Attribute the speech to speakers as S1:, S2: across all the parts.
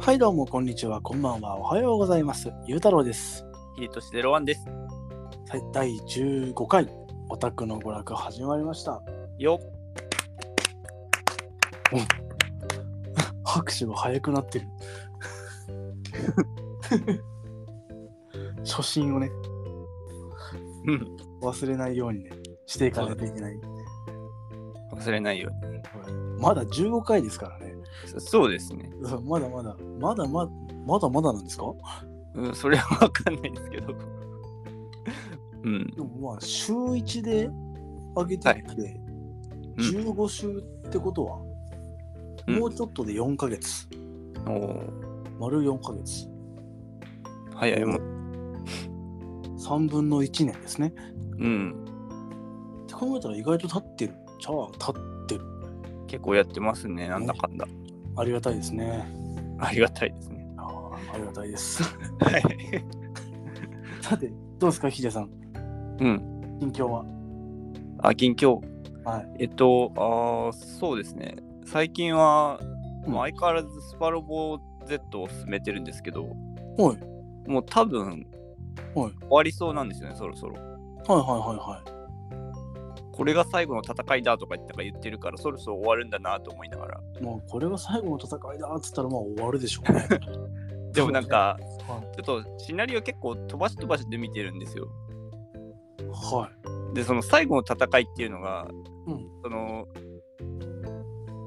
S1: はいどうもこんにちはこんばんはおはようございますゆうたろうです
S2: ヒートシゼロワンです。
S1: はい第15回オタクの娯楽始まりました
S2: よっ
S1: 拍手が早くなってる 初心をね
S2: うん
S1: 忘れないようにねしていかないといけない
S2: 忘れないよう
S1: まだ15回ですからね
S2: に。そそうですね。
S1: うんまだまだまだまだまだまだなんですか
S2: うん、それはわかんないですけど。うん。
S1: でもまあ週1で上げて
S2: はい
S1: きて、15週ってことは、
S2: うん
S1: もうちょっとで4ヶ月
S2: おー
S1: 丸4ヶ月
S2: 早いもん。
S1: 3分の1年ですね
S2: うん。
S1: って考えたら意外と立ってるじゃあ立っ
S2: 結構やってますね。なんだかんだ。
S1: ありがたいですね
S2: ありがたいですね。
S1: あーありがたいです
S2: はい。
S1: さてどうですかヒデさん
S2: うん。
S1: 近況は
S2: あ、近況。
S1: はい
S2: えっと、あーそうですね。最近は、
S1: うん
S2: まあ相変わらずスパロボ Z を進めてるんですけど、
S1: はい
S2: もう多分、
S1: はい
S2: 終わりそうなんですよね、そろそろ。
S1: はいはいはい
S2: これが最後の戦いだとか言って言ってるからそろそろ終わるんだなと思いながら
S1: はいもうこれが最後の戦いだっつったらまあ終わるでしょ うね
S2: でもなん
S1: は
S2: かちょっとシナリオ結構飛ばし飛ばしで見てるんですよ
S1: いは
S2: でその最後の戦いっていうのが、
S1: うん
S2: その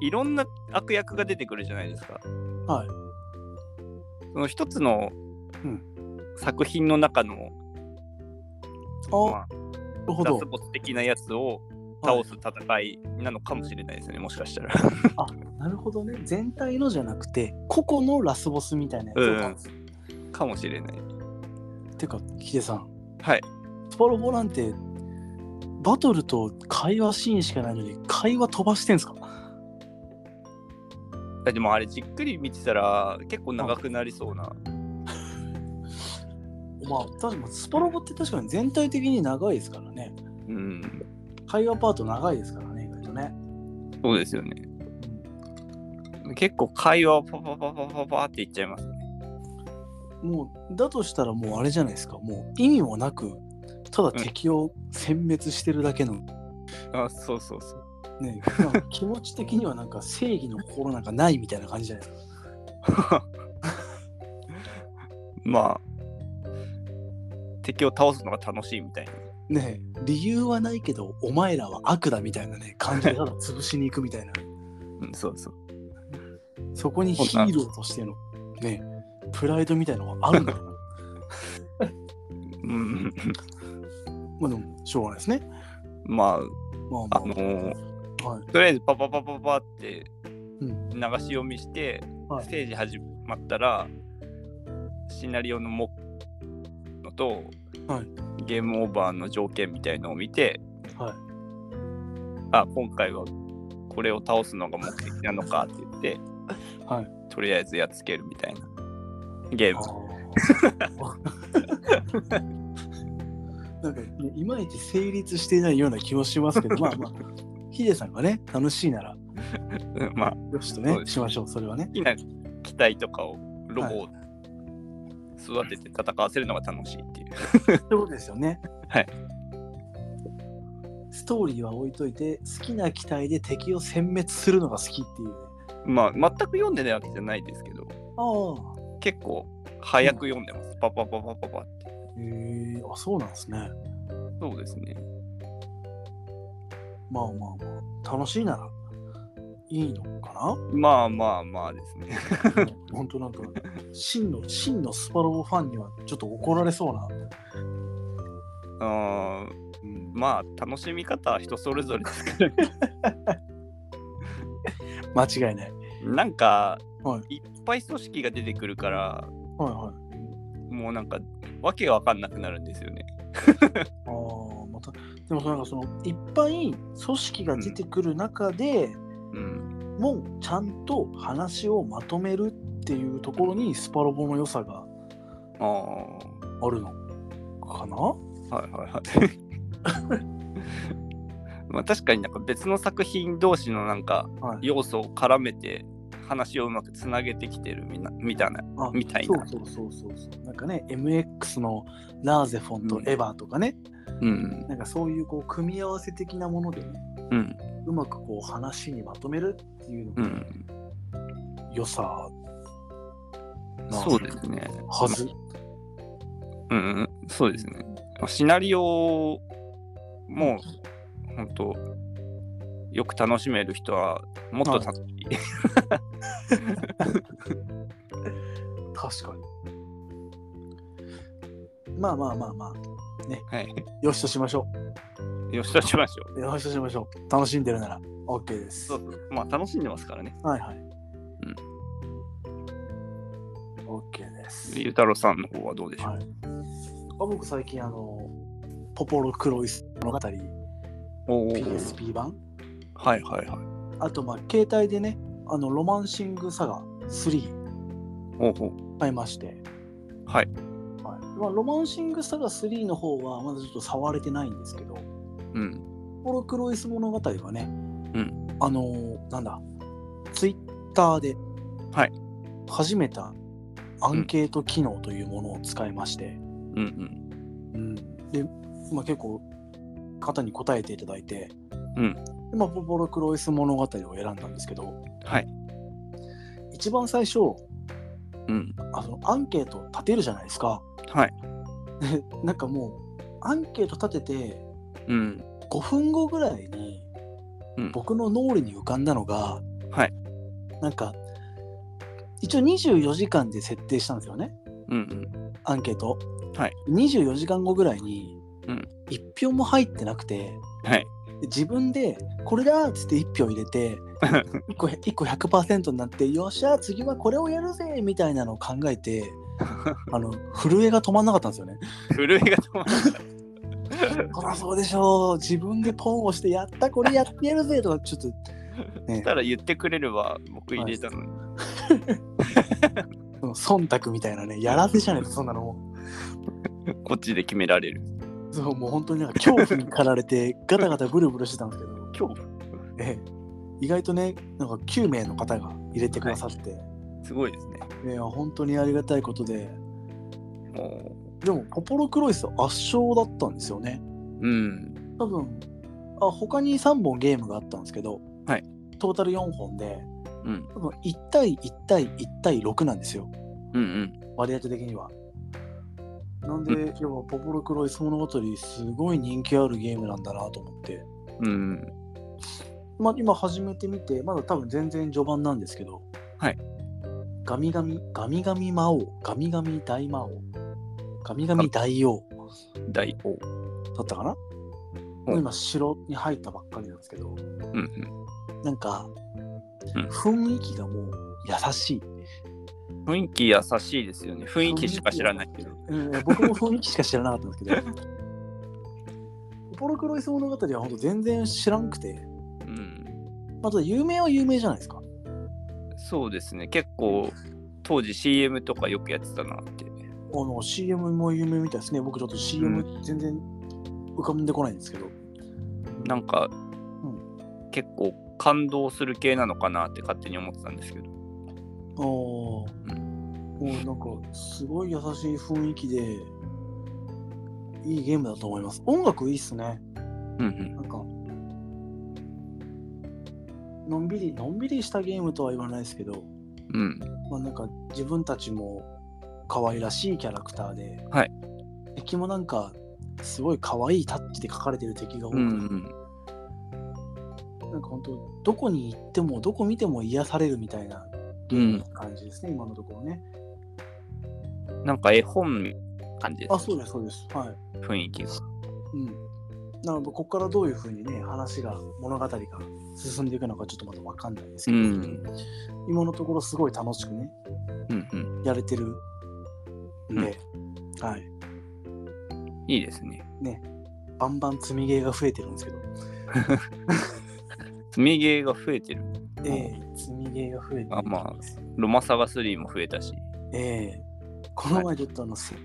S2: いろんな悪役が出てくるじゃないです
S1: い
S2: か
S1: はい
S2: その一つの
S1: うん
S2: 作品の中の、
S1: あ
S2: まあ、
S1: なるほど
S2: ラスボス的なやつを
S1: は
S2: 倒
S1: い
S2: す戦いなのかもしれないですねもしかしたら
S1: なるほどね全体のじゃなくて個々のラスボスみたいなやつを倒す、
S2: かもしれない
S1: てかヒデさん
S2: はい
S1: スパロボなんてバトルと会話シーンしかないのに会話飛ばしてんすか
S2: あでもあれじっくり見てたら結構長くなりそうな
S1: まあ確かにスパロボって確かに全体的に長いですからね
S2: うん
S1: 会話パート長いですからね意外とね
S2: そうですよね。結構会話をパパパパパパって言っちゃいますね。
S1: もうだとしたらもうあれじゃないですかもう意味もなくただ敵を殲滅してるだけの、
S2: あ、そうそうそう。
S1: ねなんか気持ち的にはなんか正義の心なんかないみたいな感じじゃないですか
S2: まあ、敵を倒すのが楽しいみたいな。
S1: ねえ理由はないけどお前らは悪だみたいなね感じでただ潰しに行くみたいな
S2: うん、そうそう。
S1: そこにヒーローとしてのねプライドみたいなのがあるんだろうな
S2: うん、
S1: まあでもしょうがないですね
S2: ま
S1: まあ
S2: あ、
S1: ま
S2: あのー
S1: あ、はい、
S2: とりあえずパパパパパって
S1: うん
S2: 流し読みして、
S1: はい
S2: ステージ始まったら、シナリオのものと、
S1: は
S2: ゲームオーバーの条件みたいのを見て、
S1: はい
S2: あ今回はこれを倒すのが目的なのかって言って、
S1: はい
S2: とりあえずやっつけるみたいなゲーム
S1: なんか、ね、いまいち成立していないような気もします けど、まあまあ、ヒデさんがね、楽しいなら、
S2: うんまあ好
S1: よしと
S2: そう
S1: ね、
S2: です
S1: しましょう、それはね。
S2: きな機体とかをロボを育てて戦わせるのが楽しいっていう、
S1: そうことですよね。
S2: はい。
S1: ストーリーは置いといて、好きな機体で敵を殲滅するのが好きっていうね。
S2: まあ全く読んでないわけじゃないですけど
S1: ああ。
S2: 結構早く読んでます、パパパパパパって
S1: へえあ、そうなんですね。
S2: そうですね
S1: まあまあまあ、楽しいなら、いいのかな
S2: まあまあまあですね
S1: 本当なんか真の真のスパロボファンにはちょっと怒られそうな、
S2: あーまあ楽しみ方は人それぞれですから
S1: 間違いない
S2: なんか、、
S1: はい
S2: っぱい組織が出てくるから
S1: はいはい
S2: もうなんかわけわかんなくなるんですよね。
S1: あーまたでもなんかそのいっぱい組織が出てくる中で、
S2: うん、
S1: もうちゃんと話をまとめるっていうところにスパロボの良さが
S2: ああは
S1: あるのかな、
S2: いはい はい。まあ確かになんか別の作品同士のなんか
S1: はい、
S2: 要素を絡めて話をうまくつなげてきてるみなみたいな
S1: あ
S2: みたいな
S1: そうそうそうそうそうなんかね MX のラーゼフォンとエヴァとかね、
S2: うん
S1: なんかそういうこう組み合わせ的なものでね
S2: うん
S1: うまくこう話にまとめるっていう
S2: う
S1: のが
S2: ん
S1: 良さな
S2: そうですね
S1: はず、
S2: うんうんそうですねまあシナリオも本当よく楽しめる人はもっと楽しい。
S1: 確かにまあまあまあま
S2: はい。
S1: あよしとしましょ
S2: よしとしましょう。
S1: うよしとしましょう楽しんでるなら OK です
S2: そうそうまあ楽しんでますからね。
S1: はいはい。
S2: ん
S1: OK です。
S2: ゆうたろうさんの方はどうでしょう。
S1: はい、あ僕最近あの、ポポロクロイス物語、
S2: おー
S1: PSP 版、
S2: はいはいはい。
S1: あとまあ携帯でね、あのロマンシングサガ3
S2: おーおー
S1: 買いまして、
S2: はい。
S1: はいまあ、ロマンシングサガ3の方はまだちょっと触れてないんですけど、
S2: うん。
S1: ポロクロイス物語はね、
S2: うん
S1: あのーなんだ、ツイッターで、
S2: はい
S1: 始めたアンケート機能というものを使いまして、
S2: うん
S1: うんで、まあ、結構方に答えていただいて、
S2: うん
S1: でまあ、ポポロクロイス物語を選んだんですけど
S2: うん。はい。
S1: 一番最初
S2: うん。
S1: あのアンケートを立てるじゃないですか
S2: はい。
S1: で なんかもうアンケート立てて
S2: うん。
S1: 5分後ぐらいに
S2: うん
S1: 僕の脳裏に浮かんだのが、
S2: はい
S1: なんか一応24時間で設定したんですよね
S2: うん
S1: アンケート、
S2: はい
S1: 24時間後ぐらいに
S2: うん
S1: 1票も入ってなくて、
S2: うん。はい。
S1: で自分でこれだーっつって1票入れて 1, 個1個100%になってよっしゃー次はこれをやるぜみたいなのを考え てあの震えが止まんなかったんですよね。
S2: 震えが止まらない。
S1: こらそうでしょう自分でポン押してやったこれやってやるぜとかちょっと
S2: そしたら言ってくれれば僕入れたのに。
S1: その忖度みたいなねやらせじゃないですかそんなのも
S2: こっちで決められる。
S1: うそうもう本当になんか恐怖に駆られてガタガタブルブルしてたんですけど、
S2: 恐怖。
S1: ええ意外とねなんか9名の方が入れてくださって、
S2: すごいですね。
S1: いや本当にありがたいことで。
S2: も
S1: でも、ポポロクロイス圧勝だったんですよね。
S2: う。うん。
S1: 多分あ他に3本ゲームがあったんですけど、
S2: はい
S1: トータル4本で、
S2: うん。
S1: 多分1対1対1対6なんですよ、
S2: うんうん。
S1: 割合的には。なんで、今日はポポロクロイス物語、すごい人気あるゲームなんだなと思って、
S2: うん。
S1: まあ、今始めてみて、まだ多分全然序盤なんですけど、
S2: はい
S1: ガミガミ、ガミガミ魔王、ガミガミ大魔王、ガミガミ大王。
S2: 大王。
S1: だったかな、
S2: うん
S1: 今城に入ったばっかりなんですけど
S2: うんうん。
S1: なんか、
S2: うん
S1: 雰囲気がもう優しい、
S2: 雰囲気優しいですよね。雰囲気しか知らないけど。
S1: うん、僕も雰囲気しか知らなかったんです けどポロクロイス物語は本当全然知らんくて、
S2: うん。
S1: まあ、ただ有名は有名じゃないですか
S2: そうですね。結構当時 CM とかよくやってたなって。
S1: あの CM も有名みたいですね僕ちょっと CM 全然浮かんでこないんですけど、
S2: なんか、
S1: ん
S2: 結構感動する系なのかなって勝手に思ってたんですけど。
S1: ああ、もうなんかすごい優しい雰囲気でいいゲームだと思います音楽いいっすね
S2: うんうん。
S1: なんか、のんびり、のんびりしたゲームとは言わないですけど、
S2: うん。
S1: まあなんか自分たちも可愛らしいキャラクターで、
S2: はい
S1: 敵もなんか、すごい可愛いタッチで描かれてる敵が多く
S2: う
S1: て、
S2: んうん。
S1: なんか本当どこに行っても、どこ見ても癒されるみたいなゲームな感じですね、今のところね。
S2: なんか絵本みたいな感じです、
S1: あ、そうです、そうです。はい。
S2: 雰囲気が。
S1: うん。なので、ここからどういうふうにね、話が、物語が進んでいくのか、ちょっとまだわかんないですけ
S2: う
S1: ど、
S2: ん。
S1: 今のところすごい楽しくね、
S2: うんうん。
S1: やれてるんで、はい。
S2: いいですね。
S1: バンバン積みゲーが増えてるんですけど、
S2: 積みゲーが増えてる。
S1: ええ積みゲーが増えてる
S2: あまあロマサガ3も増えたし。
S1: ええこの前ちょっとあの、せ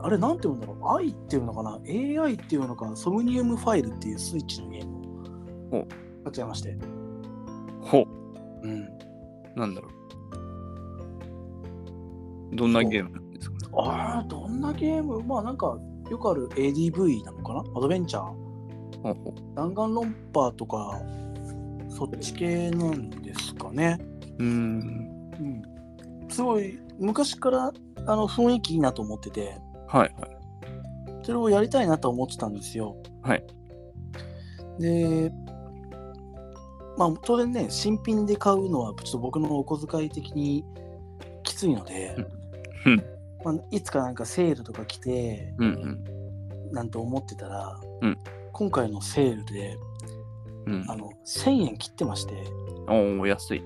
S1: あれなんて言うんだろう、AI っていうのかな、AI っていうのか、ソムニウムファイルっていうスイッチのゲーム
S2: ほ
S1: を
S2: う
S1: 買っちゃいまして、
S2: ほう。
S1: うん。
S2: なんだろう。どんなゲームなんですかね。
S1: ああ、どんなゲームまあなんか、よくある ADV なのかなアドベンチャー
S2: ほうほ
S1: 弾丸論破とか、そっち系なんですかね。
S2: ううーん。
S1: うん。すごい、昔からあの雰囲気いいなと思ってて、
S2: はい
S1: それをやりたいなと思ってたんですよ。
S2: はい。
S1: で、まあ当然ね、新品で買うのはちょっと僕のお小遣い的にきついので、
S2: うんうん
S1: まあ、いつかなんかセールとか来て、
S2: うんうん。
S1: なんて思ってたら、
S2: うん
S1: 今回のセールで
S2: うん
S1: あの1000円切ってまして、
S2: おお、安い。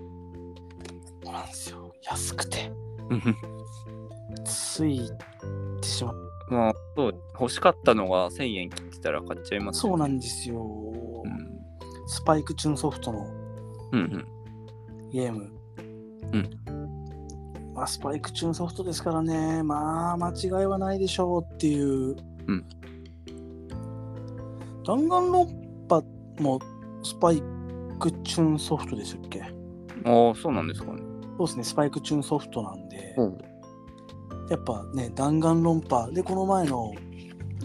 S1: そうなんですよ。安くて、
S2: うん
S1: ついてしまっ
S2: まあ、そう、欲しかったのが1000円切ってたら買っちゃいま
S1: た。
S2: す
S1: そ
S2: よ
S1: う
S2: ね。
S1: なんですよ。
S2: うん
S1: スパイクチューンソフトの
S2: うん
S1: ゲーム。。
S2: うん
S1: まあ、スパイクチューンソフトですからね、まあ、間違いはないでしょうっていう。
S2: うん。
S1: 弾丸論破もスパイクチューンソフトでしたっけ
S2: うん。ああ、そうなんですかね。
S1: そうですね、スパイクチューンソフトなんで、
S2: うん
S1: やっぱね、弾丸論破で、この前の、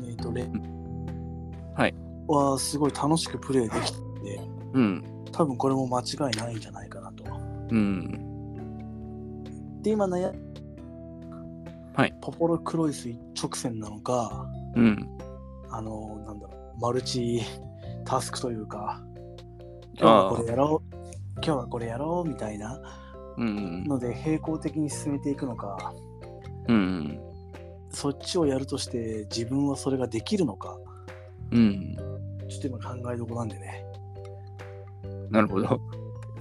S1: えーとレ
S2: はい
S1: はすごい楽しくプレイできたんで、
S2: うん。
S1: 多分これも間違いないんじゃないかなと。
S2: うん。
S1: で、今悩
S2: はい
S1: ポポロクロイス一直線なのか、
S2: うん。
S1: あの、なんだろう、マルチタスクというか、今日
S2: あ
S1: は
S2: あ
S1: これやろう、今日はこれやろうみたいな
S2: うん。
S1: ので、並行的に進めていくのか。
S2: うん。
S1: そっちをやるとして自分はそれができるのか
S2: うん。
S1: ちょっと今考えどころなんでね
S2: なるほど。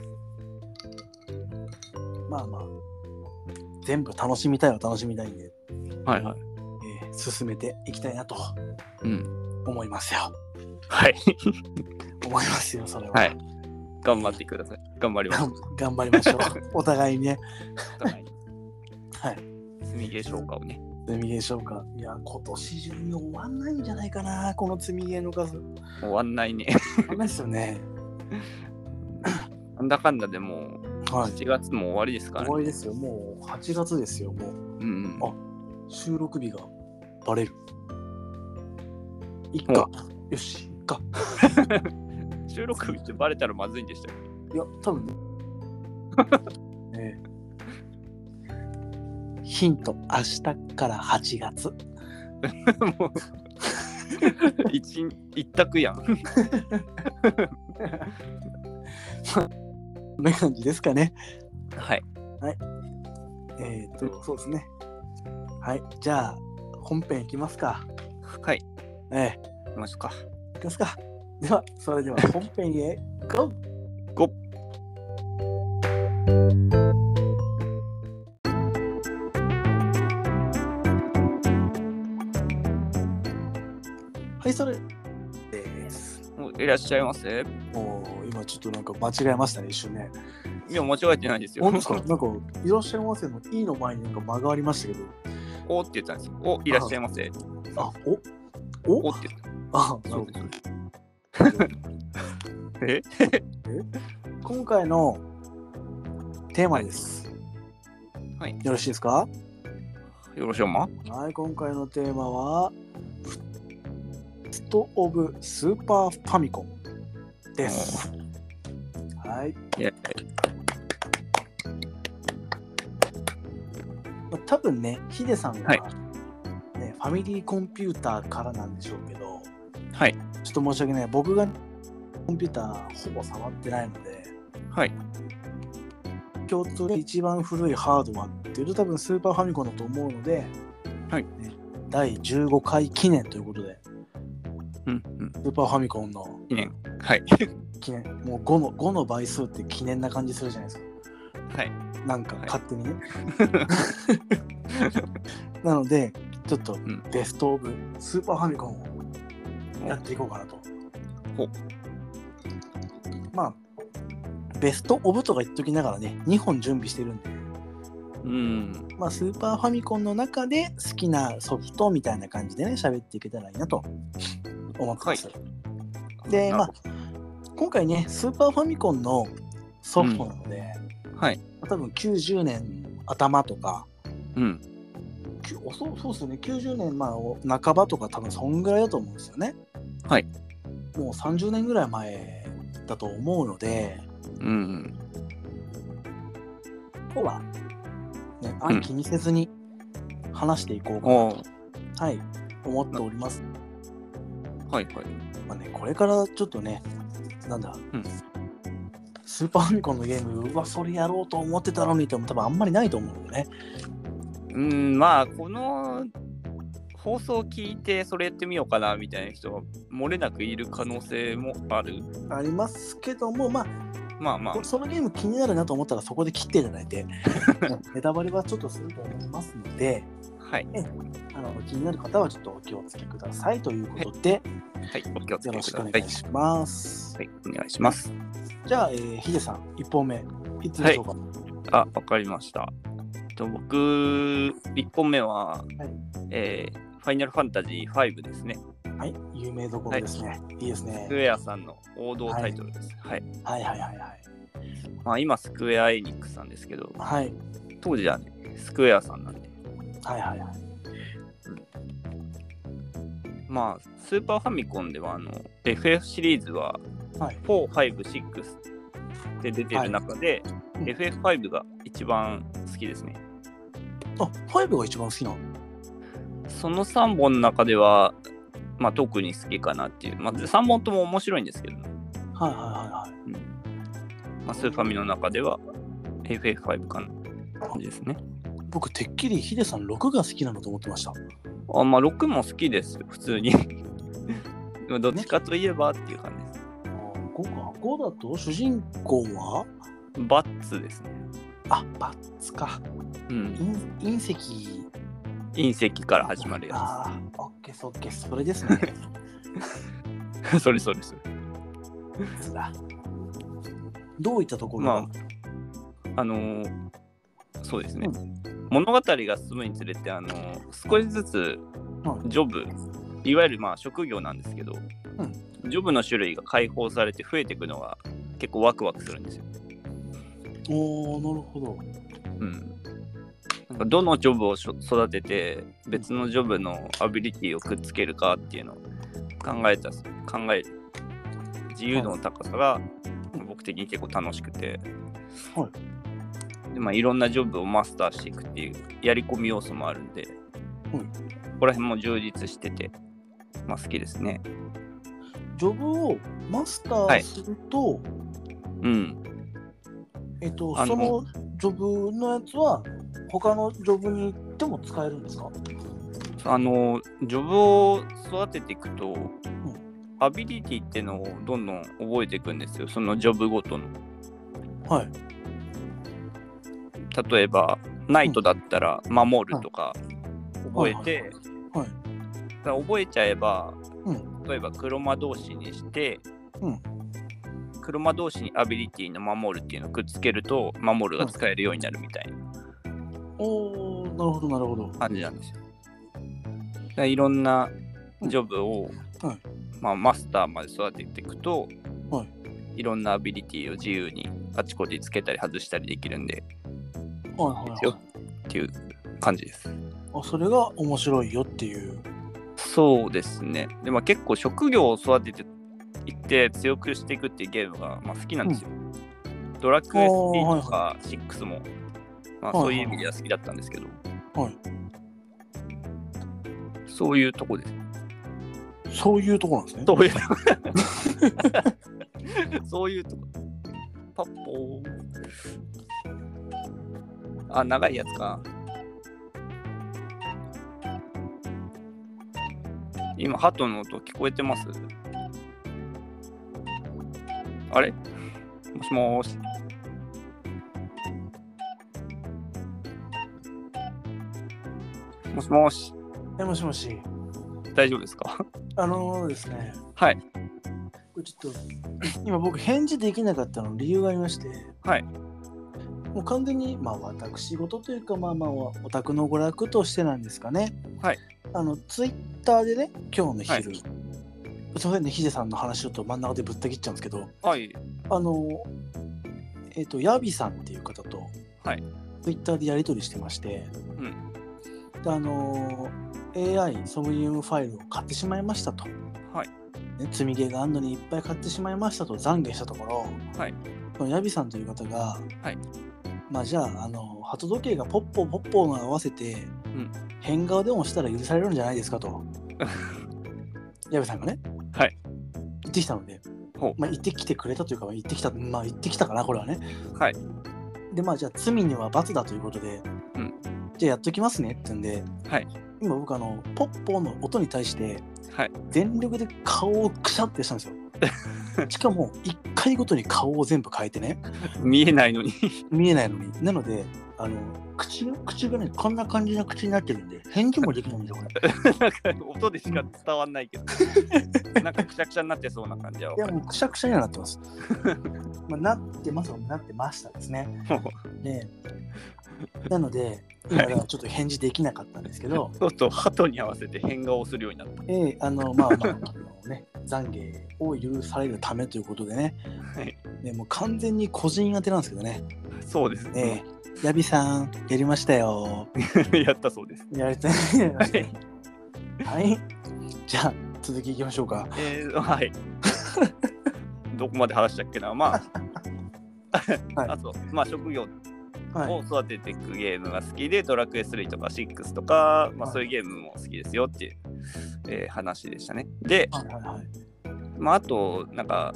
S1: まあまあ全部楽しみたいは楽しみたいんで、
S2: はいはい。
S1: えー進めていきたいなと
S2: うん。
S1: 思いますよ
S2: はい。
S1: 思いますよそれは、
S2: はい。頑張ってください。頑張ります
S1: 頑。頑張りま しょうお互いにね
S2: お互いに
S1: はい
S2: 積み消消化をね。
S1: 積みゲー消化いや今年中に終わんないんじゃないかなこの積みゲーの数
S2: 終わんないね。
S1: ダメですよね
S2: なんだかんだでもう
S1: はい
S2: 7月も終わりですから
S1: 終
S2: ね。
S1: わりですよもう8月ですよもう
S2: うん
S1: あ収録日がバレるいっかよしいっか
S2: うん。収録日ってバレたらまずいんでしたよね。
S1: いや、多分ね。ヒント、明日から8月。
S2: もう一一択やん。
S1: こんな感じですかね。
S2: はい。
S1: えっ、と、そうですね。はい、じゃあ、本編いきますか。
S2: はい。
S1: ええ
S2: いますか。
S1: いきますか。では、それ では本編へ、ゴー
S2: ゴー
S1: はい、それです。
S2: おいらっしゃいませ。
S1: もう今ちょっとなんか間違えましたね、一瞬ね。
S2: いや、間違えてないですよ。
S1: 本当 ですかなんか、いらっしゃいませの「い」の前になんか間がありましたけど、
S2: おって言ったんですよ。お、いらっしゃいませ。
S1: あ、おお
S2: おって言った。
S1: あ、なる
S2: そう
S1: ほ
S2: で
S1: ど。
S2: すそうです
S1: 今回のテーマです。
S2: はい
S1: よろしいですか
S2: えよろしおま
S1: はい、今回のテーマは、スト・オブ・スーパーファミコンです。はい。
S2: いや
S1: まあ多分ね、ヒデさんが、
S2: はい
S1: ね、ファミリーコンピューターからなんでしょうけど、
S2: はい。
S1: ちょっと申し訳ない。僕がコンピューターほぼ触ってないので、
S2: はい。
S1: 共通で一番古いハードはっていうと多分スーパーファミコンだと思うので、
S2: はい
S1: ね第15回記念ということで、
S2: うんうん。
S1: スーパーファミコンの
S2: 記念。はい。
S1: 記念、もう5の ,5 の倍数って記念な感じするじゃないですか。
S2: はい。
S1: なんか
S2: はい
S1: 勝手にね。 なので、ちょっと
S2: ん
S1: ベストオブスーパーファミコンをやっていこうかなと。
S2: ほう
S1: まあ、ベストオブとか言っときながらね、2本準備してるんで、
S2: うん。
S1: まあ、スーパーファミコンの中で好きなソフトみたいな感じでね、喋っていけたらいいなと思ってます。で、まあ、今回ね、スーパーファミコンのソフトなので、
S2: うはい。
S1: 多分90年頭とか、
S2: うん。
S1: きゅおそうそうですね、90年まあお半ばとか、多分そんぐらいだと思うんですよね。
S2: はい。
S1: もう30年ぐらい前だと思うので、
S2: うん。
S1: 今日は、ね、
S2: うん
S1: あ気にせずに話していこうかな
S2: お
S1: と、
S2: ー
S1: はい、思っております。
S2: はいはい。
S1: まあね、これからちょっとね、なんだ、
S2: うん
S1: スーパーファミコンのゲーム、うわ、それやろうと思ってたのにって、多分あんまりないと思うのね。
S2: うん、まあ、この放送聞いて、それやってみようかなみたいな人は、漏れなくいる可能性もある。
S1: ありますけども、まあ、
S2: まあまあ
S1: こ、そのゲーム気になるなと思ったらそこで切っていただいてネタバレはちょっとすると思いますので
S2: はい。
S1: あの気になる方はちょっとお気をつけくださいということで、
S2: はい、お気をつ
S1: よ
S2: け
S1: ろ
S2: く
S1: しくお
S2: ださい。
S1: 願いします、
S2: はい、お願いします。
S1: じゃあ、えーヒデさん1本目いつでしょうか、
S2: あ、わかりました。えっと僕、1本目は、えーファイナルファンタジー5ですね。
S1: はい有名どころですね、い、いですね
S2: スクエアさんの王道タイトルです。はい。
S1: はいはいはいはい
S2: まあ、今、スクエアエニックスさんですけど、
S1: はい
S2: 当時は、ね、スクエアさんなんで。
S1: はいはいはい
S2: まあ、スーパーファミコンでは、あの、FF シリーズは、
S1: はい
S2: 4、5、6って出てる中で、
S1: はいうん
S2: FF5 が一番好きですね。
S1: あ5が一番好きなの
S2: その3本の中では、まあ、特に好きかなっていう、まあ、3本とも面白いんですけど、
S1: はいは
S2: まあ、スーファミの中では FF5 かな感じですね。
S1: いはいはい僕てっきりヒデさん6が好きなのと思ってました
S2: あまあ、6も好きですよ、普通に。 まあどっちかといえばっていう感じです。
S1: 5か5だと主人公は
S2: バッツですね。
S1: あバッツか
S2: うん、
S1: 隕隕石
S2: 隕石から始まるや
S1: ああ、オッケーそっけ、それです ね。
S2: つ。 それそれそれ。
S1: つらどういったところが、
S2: まあのーそうですね。物語が進むにつれて、あのー少しずつ
S1: はい
S2: ジョブ、いわゆるまあ職業なんですけど、ジョブの種類が解放されて増えていくのが結構ワクワクするんですよ。
S1: おお、なるほど。
S2: うん、なんかどのジョブをしょ育てて別のジョブのアビリティをくっつけるかっていうのを考えた考える自由度の高さが僕的に結構楽しくて、
S1: はい
S2: でまあ、いろんなジョブをマスターしていくっていうやり込み要素もあるんで、
S1: はい
S2: ここら辺も充実してて、まあ、好きですね。
S1: ジョブをマスターすると、
S2: うん、
S1: えっと、
S2: あ
S1: そ
S2: の
S1: のジョブのやつは、他のジョブに行っても使えるんですか
S2: あのジョブを育てていくと、アビリティってのをどんどん覚えていくんですよそのジョブごとの
S1: はい。
S2: 例えばナイトだったら守るとか覚えて、
S1: はい。
S2: だから覚えちゃえば、
S1: うん
S2: 例えば黒魔同士にして、
S1: うん
S2: 黒魔同士にアビリティの守るっていうのをくっつけると守るが使えるようになるみたいな
S1: おお、なるほど、なるほど。
S2: 感じなんですよ。だからいろんなジョブを、
S1: はい
S2: まあ、マスターまで育てていくと、、
S1: はい
S2: ろんなアビリティを自由にあちこちつけたり外したりできるんで
S1: はいはい、はい。
S2: っていう感じです。
S1: あ、それが面白いよっていう。
S2: そうですね。でも結構職業を育てていって強くしていくっていうゲームが、まあ、好きなんですよ。ドラクエ3とか6も、まあ、
S1: はいはい
S2: そういう意味では好きだったんですけど、
S1: はい。
S2: そういうとこです。
S1: そういうところなんですね。
S2: そういう そういうとこ。パッポー。あ、長いやつか。今、ハトの音聞こえてますあれもしもーし。もしもーし、
S1: え、もしもし。
S2: 大丈夫ですか
S1: あのー、ですね。
S2: はい。
S1: これちょっと今僕返事できなかったの理由がありまして
S2: はい
S1: もう完全にまあ私事というかまあまあおオタクの娯楽としてなんですかね
S2: はい
S1: あのツイッターでね今日の昼、
S2: はい
S1: すいませんねヒデさんの話をと真ん中でぶった切っちゃうんですけど
S2: はい。
S1: あのえっ、と、ヤビさんっていう方と、
S2: はい
S1: ツイッターでやり取りしてまして、
S2: うん
S1: で、あのー AI ソムリウムファイルを買ってしまいましたと。
S2: はい
S1: ね、積み毛があんのにいっぱい買ってしまいましたと懺悔したところ、
S2: はい
S1: そのヤビさんという方が、
S2: はい
S1: まあじゃあ、あの鳩時計がポッポーポッポーの合わせて、
S2: ん
S1: 変顔でもしたら許されるんじゃないですか と矢部さんがね、
S2: はい、
S1: 言ってきたので
S2: ほう、
S1: まあ、言ってきてくれたというかまあ言ってきたまあ言ってきたかなこれはね
S2: はい
S1: でまあじゃあ罪には罰だということで、
S2: うん
S1: じゃあやっときますねって言うんで、
S2: はい
S1: 今僕あのポッポーの音に対して
S2: はい
S1: 全力で顔をくしゃってしたんです よしかも1回ごとに顔を全部変えてね
S2: 見えないのに
S1: 見えないのになのであの口が口がねこんな感じの口になってるんで返事もできないん ですよこれ
S2: なんか音でしか伝わんないけどなんかくしゃくしゃになってそうな感じはい
S1: やもうくしゃくしゃにはなってます まあなってますなってましたですねでなので今だからちょっと返事できなかったんですけど
S2: そうと鳩に合わせて変顔をするようになった。
S1: ええあのまあまああのね懺悔を許されるためということでね、
S2: はい
S1: ねもう完全に個人宛てなんですけどね
S2: そうです
S1: ええ
S2: ね。
S1: ヤビさんやりましたよ
S2: やったそうです。
S1: やりたいはいじゃあ続きいきましょうか
S2: え ー、はい。どこまで話したっけな、まあ、
S1: はい
S2: あと、まあ、職業
S1: はい
S2: を育てていくゲームが好きで、ドラクエ3とか6とか、まあ、
S1: はい
S2: そういうゲームも好きですよっていう、えー話でしたね。で、
S1: はいはいはい
S2: まあ、あと、なんか、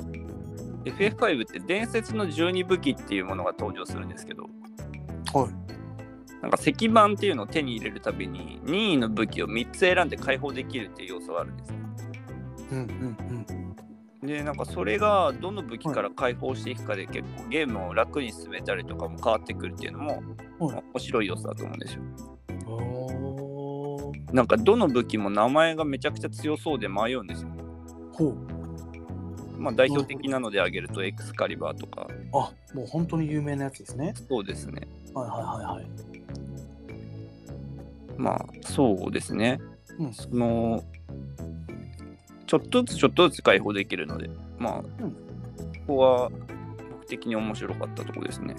S2: FF5 って伝説の12武器っていうものが登場するんですけど、
S1: はい
S2: なんか石板っていうのを手に入れるたびに任意の武器を3つ選んで解放できるっていう要素があるんですね。
S1: うんうん
S2: でなんかそれがどの武器から解放していくかで結構ゲームを楽に進めたりとかも変わってくるっていうのも
S1: はい
S2: 面白い要素だと思うんですよ。
S1: うんおー
S2: なんかどの武器も名前がめちゃくちゃ強そうで迷うんですよ。
S1: ほう
S2: まあ代表的なので挙げるとエクスカリバーとか
S1: あもう本当に有名なやつですね
S2: そうですね。
S1: はいはいはいはい
S2: まあそうですね。
S1: うん
S2: そのちょっとずつちょっとずつ解放できるのでまあ、
S1: うん
S2: ここは僕的に面白かったとこですね。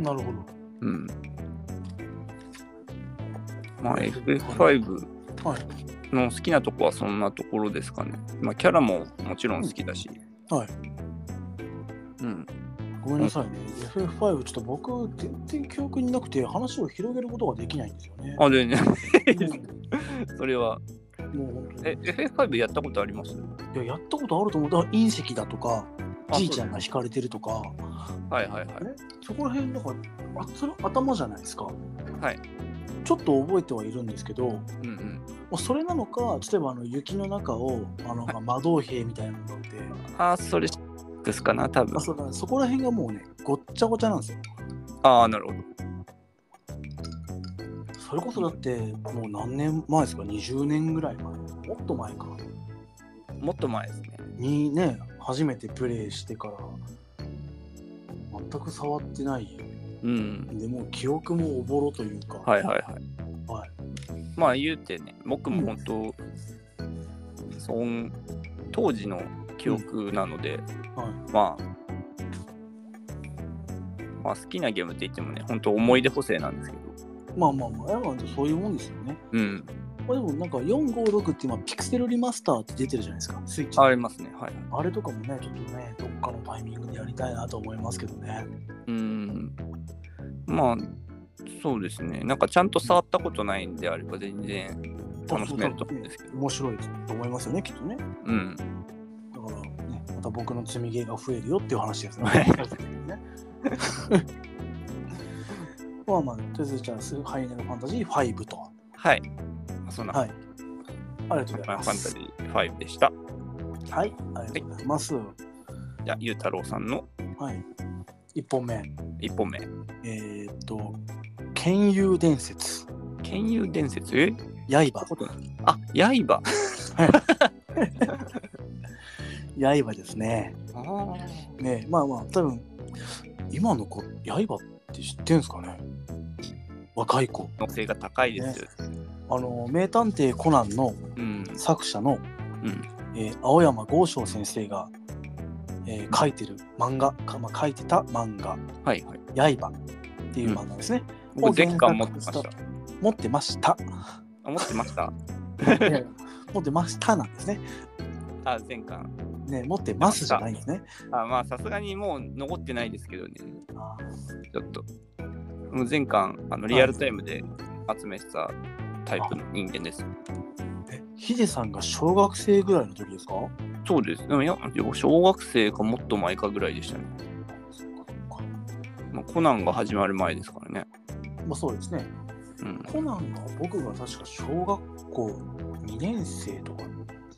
S1: なるほど
S2: うん。まあ FF5
S1: はい
S2: の好きなとこはそんなところですかね。まあキャラももちろん好きだし。
S1: はい
S2: うん。
S1: ごめんなさいね、FF5 ちょっと僕全然記憶になくて話を広げることができないんですよね
S2: あ、でね、
S1: うん
S2: それは。
S1: もう本当に
S2: え、FF5 やったことあります
S1: いややったことあると思うだから隕石だとか
S2: あ
S1: じいちゃんが
S2: そ
S1: 惹かれてるとか
S2: うですはいはいはい。
S1: そこら辺だからあそれ頭じゃないですか
S2: はい
S1: ちょっと覚えてはいるんですけど、ま
S2: うんうん。
S1: あ、それなのか例えばあの雪の中をあの、まあ魔導兵みたいなのって
S2: あ、それシックスかな、多分
S1: あ。そうだそこら辺がもうねごっちゃごちゃなんですよ
S2: ああ、なるほど。
S1: それこそだってもう何年前ですか20年ぐらい前もっと前か
S2: もっと前ですね。
S1: にね初めてプレイしてから全く触ってない
S2: うん。
S1: でもう記憶もおぼろというか
S2: はいはいはい。
S1: はい
S2: まあ言うてね、僕も本当、そん当時の記憶なので、
S1: はい
S2: まあ、まあ好きなゲームって言ってもね、本当思い出補正なんですけど、
S1: まあまあまあ、やっぱそういうもんですよね。
S2: うん、
S1: まあ、でもなんか456って今、ピクセルリマスターって出てるじゃないですか、スイッチ。
S2: ありますね、はい。
S1: あれとかもね、ちょっとね、どっかのタイミングでやりたいなと思いますけどね。
S2: うん、まあ、そうですね、なんかちゃんと触ったことないんであれば全然楽しめると思うんですけど、
S1: 面白いと思いますよね、きっとね。
S2: うん、
S1: だからね、また僕の積みゲーが増えるよっていう話ですね。
S2: はい
S1: ね まあまあ、とりあえずじゃあ、スハイネルファンタジー5と。
S2: はい。そんな、
S1: は
S2: はい
S1: ありがとう
S2: フ
S1: ござい
S2: ァ
S1: ま
S2: ンタジ
S1: す。
S2: ー5でした。
S1: はい、ありがとうございます。
S2: じゃあ、ゆうたろうさんの
S1: はい、1本目、
S2: 1本目、
S1: えーっと、剣遊伝説。
S2: 剣遊伝説え
S1: 刃
S2: あ、
S1: 刃
S2: 刃。
S1: ですね
S2: ああ。
S1: ねまあまあ多分今の子刃って知ってんすかね若い子
S2: 能性が高いですよ。
S1: あの名探偵コナンの
S2: うん。
S1: 作者の、
S2: うん
S1: えー青山剛昌先生が、ええー描いてる漫画か、まあ、描いてた漫画
S2: はいはい。
S1: 「刃」っていう漫画ですね、
S2: 僕、デッカン持ってました。
S1: 持ってま した
S2: あ持ってました
S1: いやいや持ってましたなんですね
S2: あ、前巻。
S1: ね持ってますじゃないんですね
S2: あ、まあ、さすがにもう残ってないですけどね。
S1: あ
S2: ちょっと。もう前巻、あのリアルタイムで集めてたタイプの人間です。
S1: ーえヒデさんが小学生ぐらいの時ですか
S2: そうです。でもいや、小学生かもっと前かぐらいでしたね。まあ、コナンが始まる前ですからね。
S1: まあそうですね
S2: うん。
S1: コナンが僕が確か小学校2年生とか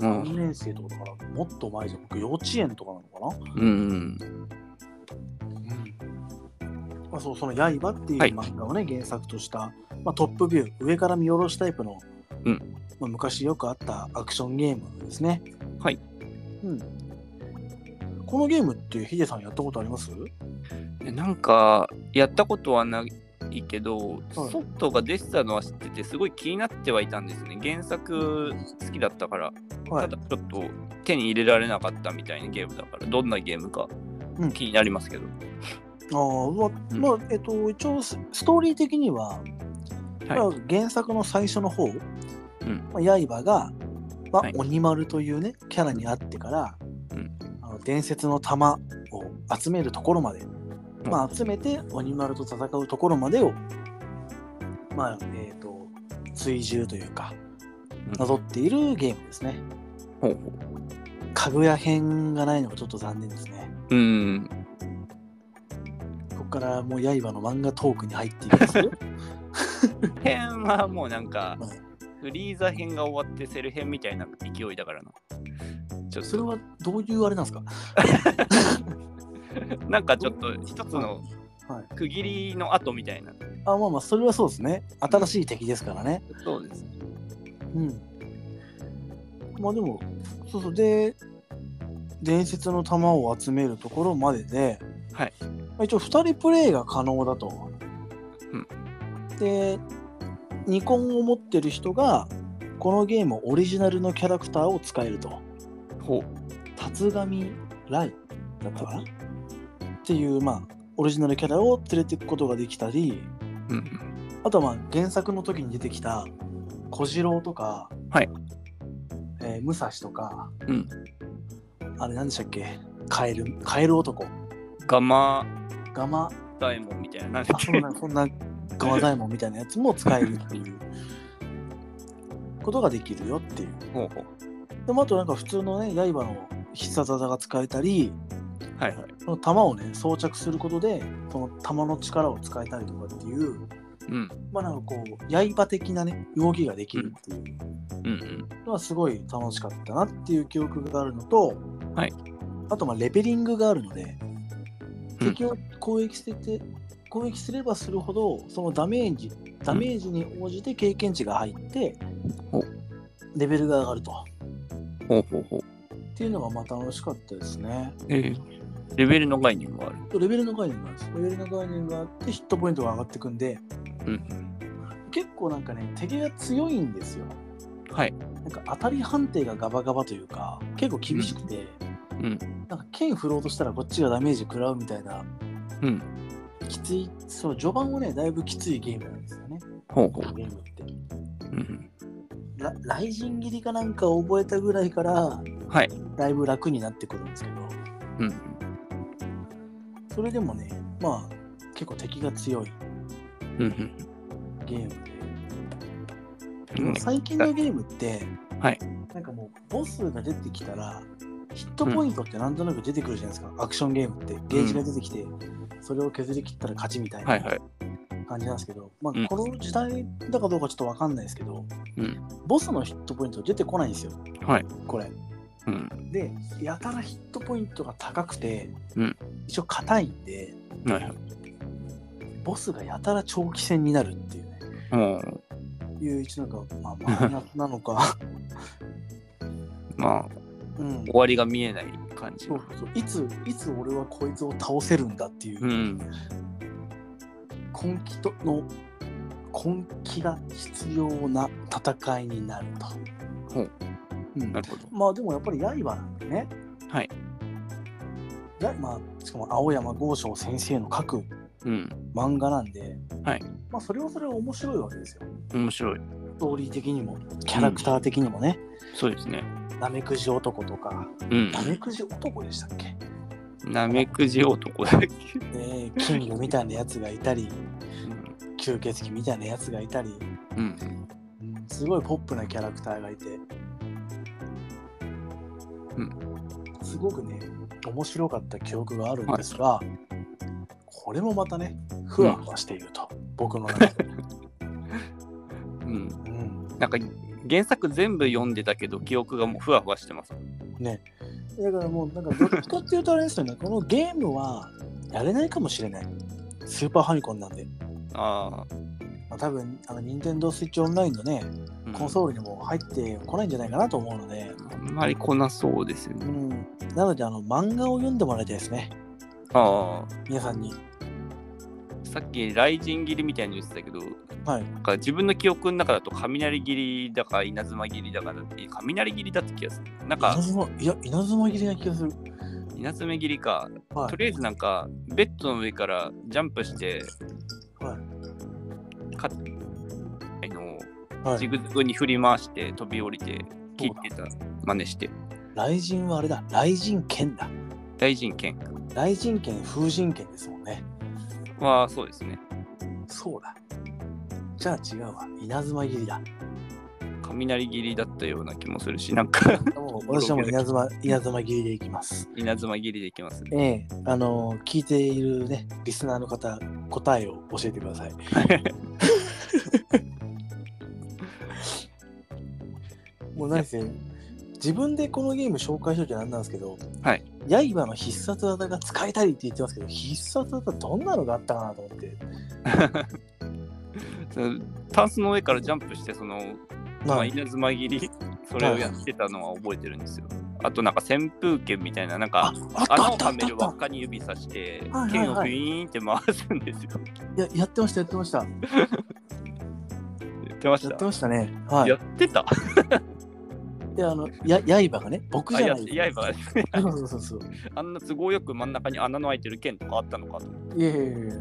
S2: うん
S1: 2年生とかだからもっと前じゃん僕幼稚園とかなのかな、
S2: うん
S1: まあ、そうその「刃」っていう
S2: はい
S1: 漫画をね、原作とした、まあ、トップビュー上から見下ろしタイプの、
S2: うん
S1: まあ、昔よくあったアクションゲームですね
S2: はい、
S1: うん、このゲームってヒデさんやったことあります
S2: うんでなんかやったことはないけど、
S1: はい
S2: ソフトが出てたのは知っててすごい気になってはいたんですね原作好きだったから、
S1: はい
S2: ただちょっと手に入れられなかったみたいなゲームだからどんなゲームか
S1: うん
S2: 気になりますけど、
S1: ああまあ、
S2: うん
S1: まあえっと一応スストーリー的には、まあ原作の最初の方、まあ、刃が、まあ
S2: はい
S1: 鬼丸というねキャラに会ってから、
S2: うん
S1: あの伝説の玉を集めるところまで、まあ、集めて鬼丸と戦うところまでをまあえっ、と追従というか
S2: うん
S1: なぞっているゲームですね。
S2: ほうほ
S1: かぐや編がないのがちょっと残念ですね。
S2: ううん
S1: ここからもう刃の漫画トークに入っていき ますよ。
S2: 編はもうなんか
S1: はい
S2: フリーザ編が終わってセル編みたいな勢いだからなちょっ
S1: それ
S2: と
S1: はどういうあれなんですか
S2: なんかちょっと一つの
S1: はい、
S2: 区切りの後みたいな
S1: あまあまあそれはそうですね新しい敵ですからね
S2: そうです
S1: うんまあでもそうそうで伝説の玉を集めるところまでで、
S2: はい
S1: まあ、一応2人プレイが可能だと、でニコンを持ってる人がこのゲームオリジナルのキャラクターを使えると
S2: ほう
S1: 辰神ライだったかなっていうまあオリジナルキャラを連れていくことができたり
S2: うん
S1: あとはまあ原作の時に出てきた小次郎とか、
S2: はい
S1: えー武蔵とか、
S2: うん
S1: あれ何でしたっけカエルカエル男
S2: ガマ
S1: ガマ
S2: ダイモンみたいななんだ
S1: あ
S2: っ
S1: そ
S2: け
S1: んなそんなガマダイモンみたいなやつも使えるっていうことができるよっていう
S2: ほうほう
S1: でもあとなんか普通のね刃の必殺技が使えたり
S2: はいはい
S1: その弾をね装着することでその弾の力を使えたりとかっていう
S2: うん
S1: まあなんかこう刃的なね動きができるっていう、
S2: うん
S1: のはすごい楽しかったなっていう記憶があるのと、
S2: はい
S1: あとまあレベリングがあるので
S2: うん
S1: 敵を攻撃してて、攻撃すればするほどそのダメージダメージに応じて経験値が入って、
S2: お
S1: レベルが上がると
S2: うんほうほうほう
S1: っていうのがまあ楽しかったですね
S2: えーレベルの概念がある
S1: レベルの概念があるんですレベルの概念があってヒットポイントが上がってくんで
S2: うん
S1: 結構なんかね敵が強いんですよ
S2: はい
S1: なんか当たり判定がガバガバというか結構厳しくて、
S2: うん
S1: なんか剣振ろうとしたらこっちがダメージ食らうみたいな
S2: うん
S1: きついその序盤はねだいぶきついゲームなんですよね
S2: ほうほ
S1: この
S2: う
S1: ゲームって
S2: うん
S1: ラ雷神斬りかなんかを覚えたぐらいから
S2: はい
S1: だいぶ楽になってくるんですけど
S2: うん
S1: それでもねまあ結構敵が強い
S2: うん
S1: ゲームで、
S2: うんうん
S1: 最近のゲームって、
S2: はい
S1: なんかもうボスが出てきたらヒットポイントってなんとなく出てくるじゃないですか、アクションゲームってゲージが出てきて、それを削り切ったら勝ちみたいな
S2: はいはい
S1: 感じなんですけど、
S2: う
S1: ま
S2: ん
S1: あ、この時代だかどうかちょっとわかんないですけど、
S2: うん
S1: ボスのヒットポイント出てこないんですよ
S2: はい
S1: これ
S2: うん
S1: でやたらヒットポイントが高くて、
S2: うん
S1: 一応硬いんで
S2: はいはい
S1: ボスがやたら長期戦になるっていうね
S2: もう
S1: いう一応なんかまあマイナスなの か、
S2: まあ
S1: うん、
S2: 終わりが見えない感じ
S1: そうそういついつ俺はこいつを倒せるんだっていう、
S2: うん
S1: 根気との根気が必要な戦いになると。
S2: ほう
S1: うん
S2: なるほど
S1: まあでもやっぱり刃なんでね。
S2: はい。
S1: だまあ、しかも青山剛昌先生の書く
S2: うん。
S1: 漫画なんで、
S2: はい
S1: まあ、それはそれは面白いわけですよ。
S2: 面白い。
S1: ストーリー的にも、キャラクター的にもね、
S2: そうですね。
S1: なめくじ男とか、
S2: うん
S1: な。めくじ男でした っけ
S2: なめくじ男だっけ、
S1: ね金魚みたいなやつがいたり、
S2: うん、
S1: 吸血鬼みたいなやつがいたり、
S2: うん。
S1: うんすごいポップなキャラクターがいて、
S2: うん
S1: すごくね面白かった記憶があるんですが、これもまたねふわふわしていると、僕の中で、
S2: う
S1: う
S2: ん。
S1: ん
S2: なんか原作全部読んでたけど、記憶がもうふわふわしてます。
S1: ねだからもうなんかどっちかっていうとあれですよねこのゲームはやれないかもしれないスーパーファミコンなんで、
S2: ああ。
S1: まあ、多分あの Nintendo Switch オンラインのね
S2: うん
S1: コンソールにも入ってこないんじゃないかなと思うので、
S2: あんまり来なそうですよ
S1: う
S2: ね。
S1: ん、なのであの漫画を読んでもらいたいですね
S2: ああ。
S1: 皆さんに
S2: さっき雷神切りみたいに言ってたけど、
S1: はい
S2: なんか自分の記憶の中だと雷切りだか稲妻切りだかだって、雷切りだって気がする。なんか
S1: 稲妻いや稲妻切りな気がする。
S2: 稲妻切りか、
S1: はい
S2: とりあえずなんかベッドの上からジャンプして、
S1: は
S2: かあの
S1: は
S2: ジ
S1: い。
S2: グザグに振り回して飛び降りて切ってた真似して
S1: 雷神はあれだ。雷神剣だ。
S2: 大臣剣
S1: 雷神剣、風神剣ですもんね。
S2: はそうですね
S1: そうだ。じゃあ違うわ。稲妻切りだ。
S2: 雷切りだったような気もするしなんか
S1: もう私はもう稲妻稲妻切りでいきます。
S2: 稲妻切りでいきますね
S1: ええあのー聞いているね、リスナーの方、答えを教えてください。 もう何せ、自分でこのゲーム紹介しときゃなんなんですけど、
S2: はい
S1: 刃の必殺技が使えたりって言ってますけど、必殺技どんなのがあったかなと思って、
S2: そのタンスの上からジャンプしてその、
S1: ま
S2: まあ、
S1: あ、
S2: 稲妻切りそれをやってたのは覚えてるんですよあとなんか扇風剣みたいななん
S1: あ
S2: か
S1: あった
S2: 穴
S1: あ
S2: を
S1: ったあ
S2: は
S1: っ
S2: め
S1: た
S2: る輪っかに指さして
S1: はいはいはい
S2: 剣をビーンって回すんですよ
S1: ややってましたやってましたや
S2: やってまし
S1: って
S2: た
S1: ましたねは
S2: や
S1: い
S2: ってた
S1: であのや刃がね僕
S2: あ
S1: じゃ
S2: や
S1: ない
S2: 刃
S1: そうそうそうそう
S2: あんな都合よく真ん中に穴の開いてる剣とかあったのかと思って
S1: いやいやいやいや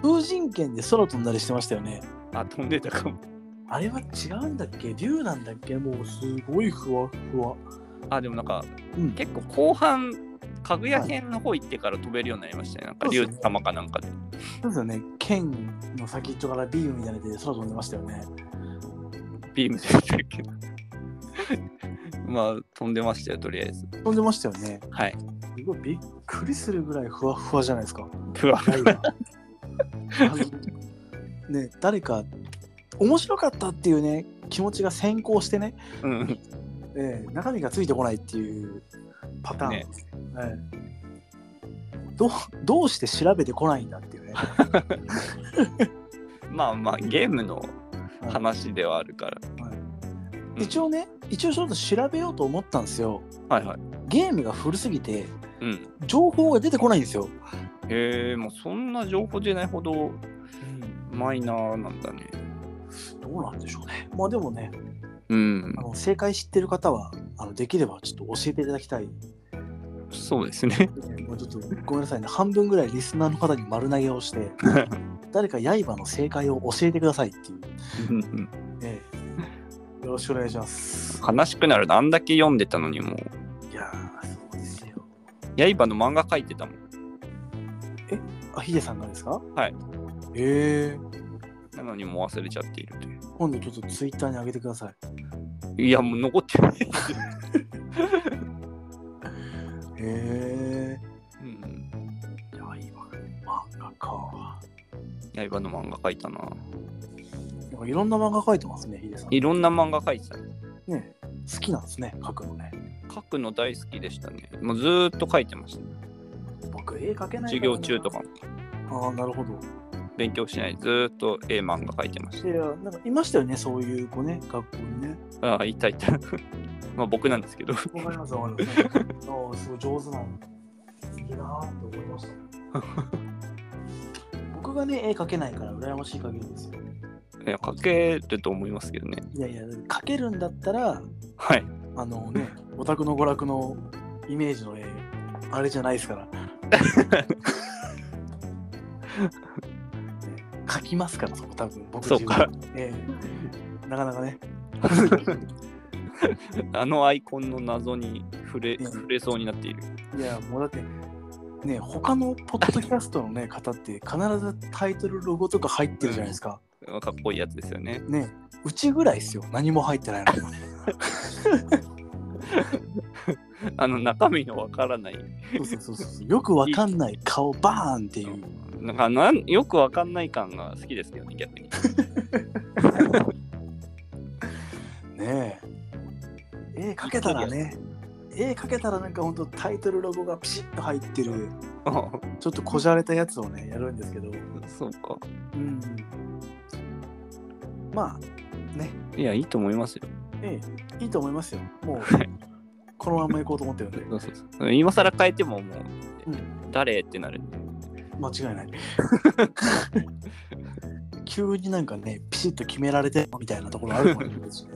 S1: 風神剣で空飛んだりしてましたよね
S2: あ飛んでたかも
S1: あれは違うんだっけ竜なんだっけもうすごいふわふわ
S2: あでもなんか
S1: うん
S2: 結構後半かぐや編の方行ってから飛べるようになりましたねなんか
S1: そうそう
S2: 竜玉かなんかで
S1: そうですよね剣の先っちょからビームみたいなので空飛んでましたよね
S2: ビームでしたけど まあ飛んでましたよとりあえず
S1: 飛んでましたよね
S2: はい
S1: すごいびっくりするぐらいふわふわじゃないですか
S2: うわ
S1: ライダーあのね誰か面白かったっていうね気持ちが先行してね、
S2: うん
S1: ええ中身がついてこないっていうパターン、
S2: ね
S1: ええどうどうして調べてこないんだっていうね
S2: まあまあゲームの話ではあるから、
S1: はい
S2: うん
S1: 一応ね一応ちょっと調べようと思ったんですよ
S2: はいはい
S1: ゲームが古すぎて
S2: うん
S1: 情報が出てこないんですよ、
S2: へえもうそんな情報じゃないほどマイナーなんだね
S1: どうなんでしょうねまあでもね
S2: うん
S1: あの正解知ってる方はあのできればちょっと教えていただきたい
S2: そうですね
S1: もうちょっとごめんなさいね半分ぐらいリスナーの方に丸投げをして 誰か刃の正解を教えてくださいっていう、
S2: うんうん
S1: ええよろしくお願いします
S2: 悲しくなるなあんだけ読んでたのにもう
S1: いやーそうですよ
S2: 刃の漫画書いてたもん
S1: あヒデさんがですか
S2: はい
S1: ええ
S2: なのにもう忘れちゃっているという
S1: 今度ちょっとツイッターに上げてください
S2: いやもう残ってない、
S1: へえ
S2: うん、
S1: 刃の漫画か
S2: 刃の漫画書いたな
S1: なんかいろんな漫画書いてますねヒデさん
S2: いろんな漫画書いてた
S1: ね好きなんですね書くのね
S2: 書くの大好きでしたねもうずーっと書いてました
S1: 僕絵描けない
S2: 授業中とかも
S1: ああなるほど
S2: 勉強しないずーっと絵漫画書いてまし
S1: いやなんかいましたよねそういう子ね学校にね
S2: たああいたい たまあ僕なんですけど
S1: わかりますわかります。ああ、すごい上手な。いいなーって思いま した。僕がね、絵描けないから羨ましい限りですよ。
S2: いや書けると思いますけどね
S1: いやいや、描けるんだったら、
S2: はい
S1: あのね、オタクの娯楽のイメージの絵、あれじゃないですから。 書きますから、そこ多分僕
S2: そうか
S1: 自分で。ええなかなかね。
S2: あのアイコンの謎に触れ
S1: うん
S2: 触れそうになっている。
S1: いや、もうだって、ね、他のポッドキャストの、ね、方って必ずタイトル、ロゴとか入ってるじゃないですか。
S2: かっこいいやつですよね。
S1: ね、うちぐらいですよ。何も入ってないの。
S2: あの中身のわからない。
S1: そうそうそうそう。よくわかんない顔、バーンっていう。
S2: なんかなんよくわかんない感が好きですけどね、逆 に。
S1: ねえ。絵描けたらね。絵描けたらなんかほんとタイトルロゴがピシッと入ってるちょっとこじゃれたやつをねやるんですけど
S2: そうか。
S1: うんまあね
S2: いや、いいと思いますよ。
S1: ええいいと思いますよもう
S2: はい
S1: このまんま行こうと思ってるんで
S2: そうそうそう今更変えてももう、
S1: うん
S2: 誰ってなる。
S1: 間違いない急になんかねピシッと決められてみたいなところあると思うんですしね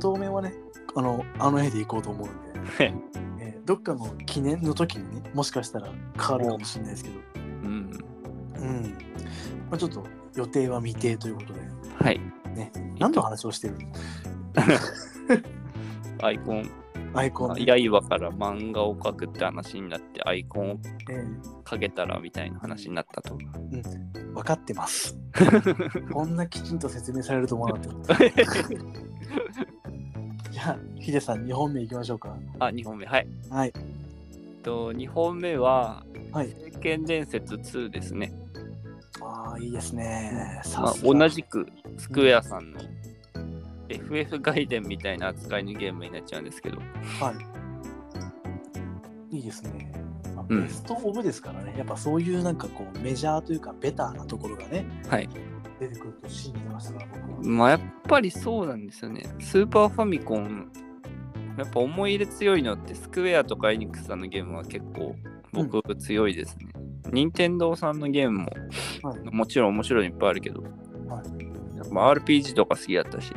S1: 当面はねあのあの絵で行こうと思うんで、
S2: はい
S1: ええどっかの記念の時にねもしかしたら変わるかもしれないですけど
S2: うん。
S1: うん、まあ、ちょっと予定は未定ということで
S2: はい。
S1: ね何の話をしてる
S2: アイコン、
S1: アイコンで
S2: 刃から漫画を描くって話になって、アイコンを
S1: え
S2: かけたらみたいな話になったと。
S1: え分かって ます。こんなきちんと説明されると思わなかった。じゃあ、ヒデさん、2本目いきましょうか。
S2: あ、2本目、はい。
S1: はい。
S2: えっと、2本目は、
S1: はい。
S2: 聖剣伝説2ですね。
S1: ああ、いいですね。
S2: ま
S1: さ
S2: あ、
S1: すが
S2: 同じくスクエアさんの FF 外伝みたいな扱いのゲームになっちゃうんですけど、
S1: はい。いいですね。まあ
S2: うん
S1: ベストオブですからね、やっぱそういうなんかこうメジャーというかベターなところがね、
S2: はい。
S1: 出てくると信じてましたから、僕は。
S2: まあ、やっぱりそうなんですよね。スーパーファミコン、やっぱ思い入れ強いのって、スクエアとかエニックスさんのゲームは結構僕強いですね。任天堂さんのゲームも
S1: はい
S2: もちろん面白いのいっぱいあるけど、
S1: は
S2: やっぱ RPG とか好きだったし、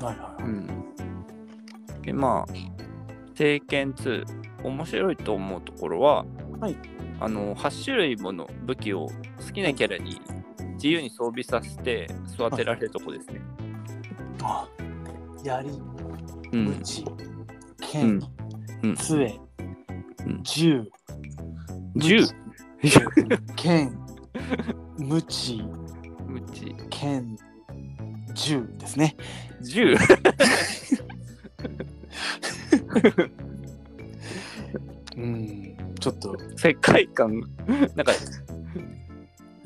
S1: はいはいうはい。
S2: ん。で、まあ、聖剣2、面白いと思うところは、
S1: はい
S2: あの、8種類もの武器を好きなキャラに自由に装備させて育てられるとこですね。
S1: あ槍、
S2: うん。
S1: 鞭、
S2: うん
S1: 剣、
S2: うん
S1: 杖
S2: うん、
S1: 銃、
S2: 銃
S1: 剣、無知、
S2: うち
S1: 剣、銃ですね。
S2: 銃
S1: うん、ちょっと、
S2: 世界観なんか、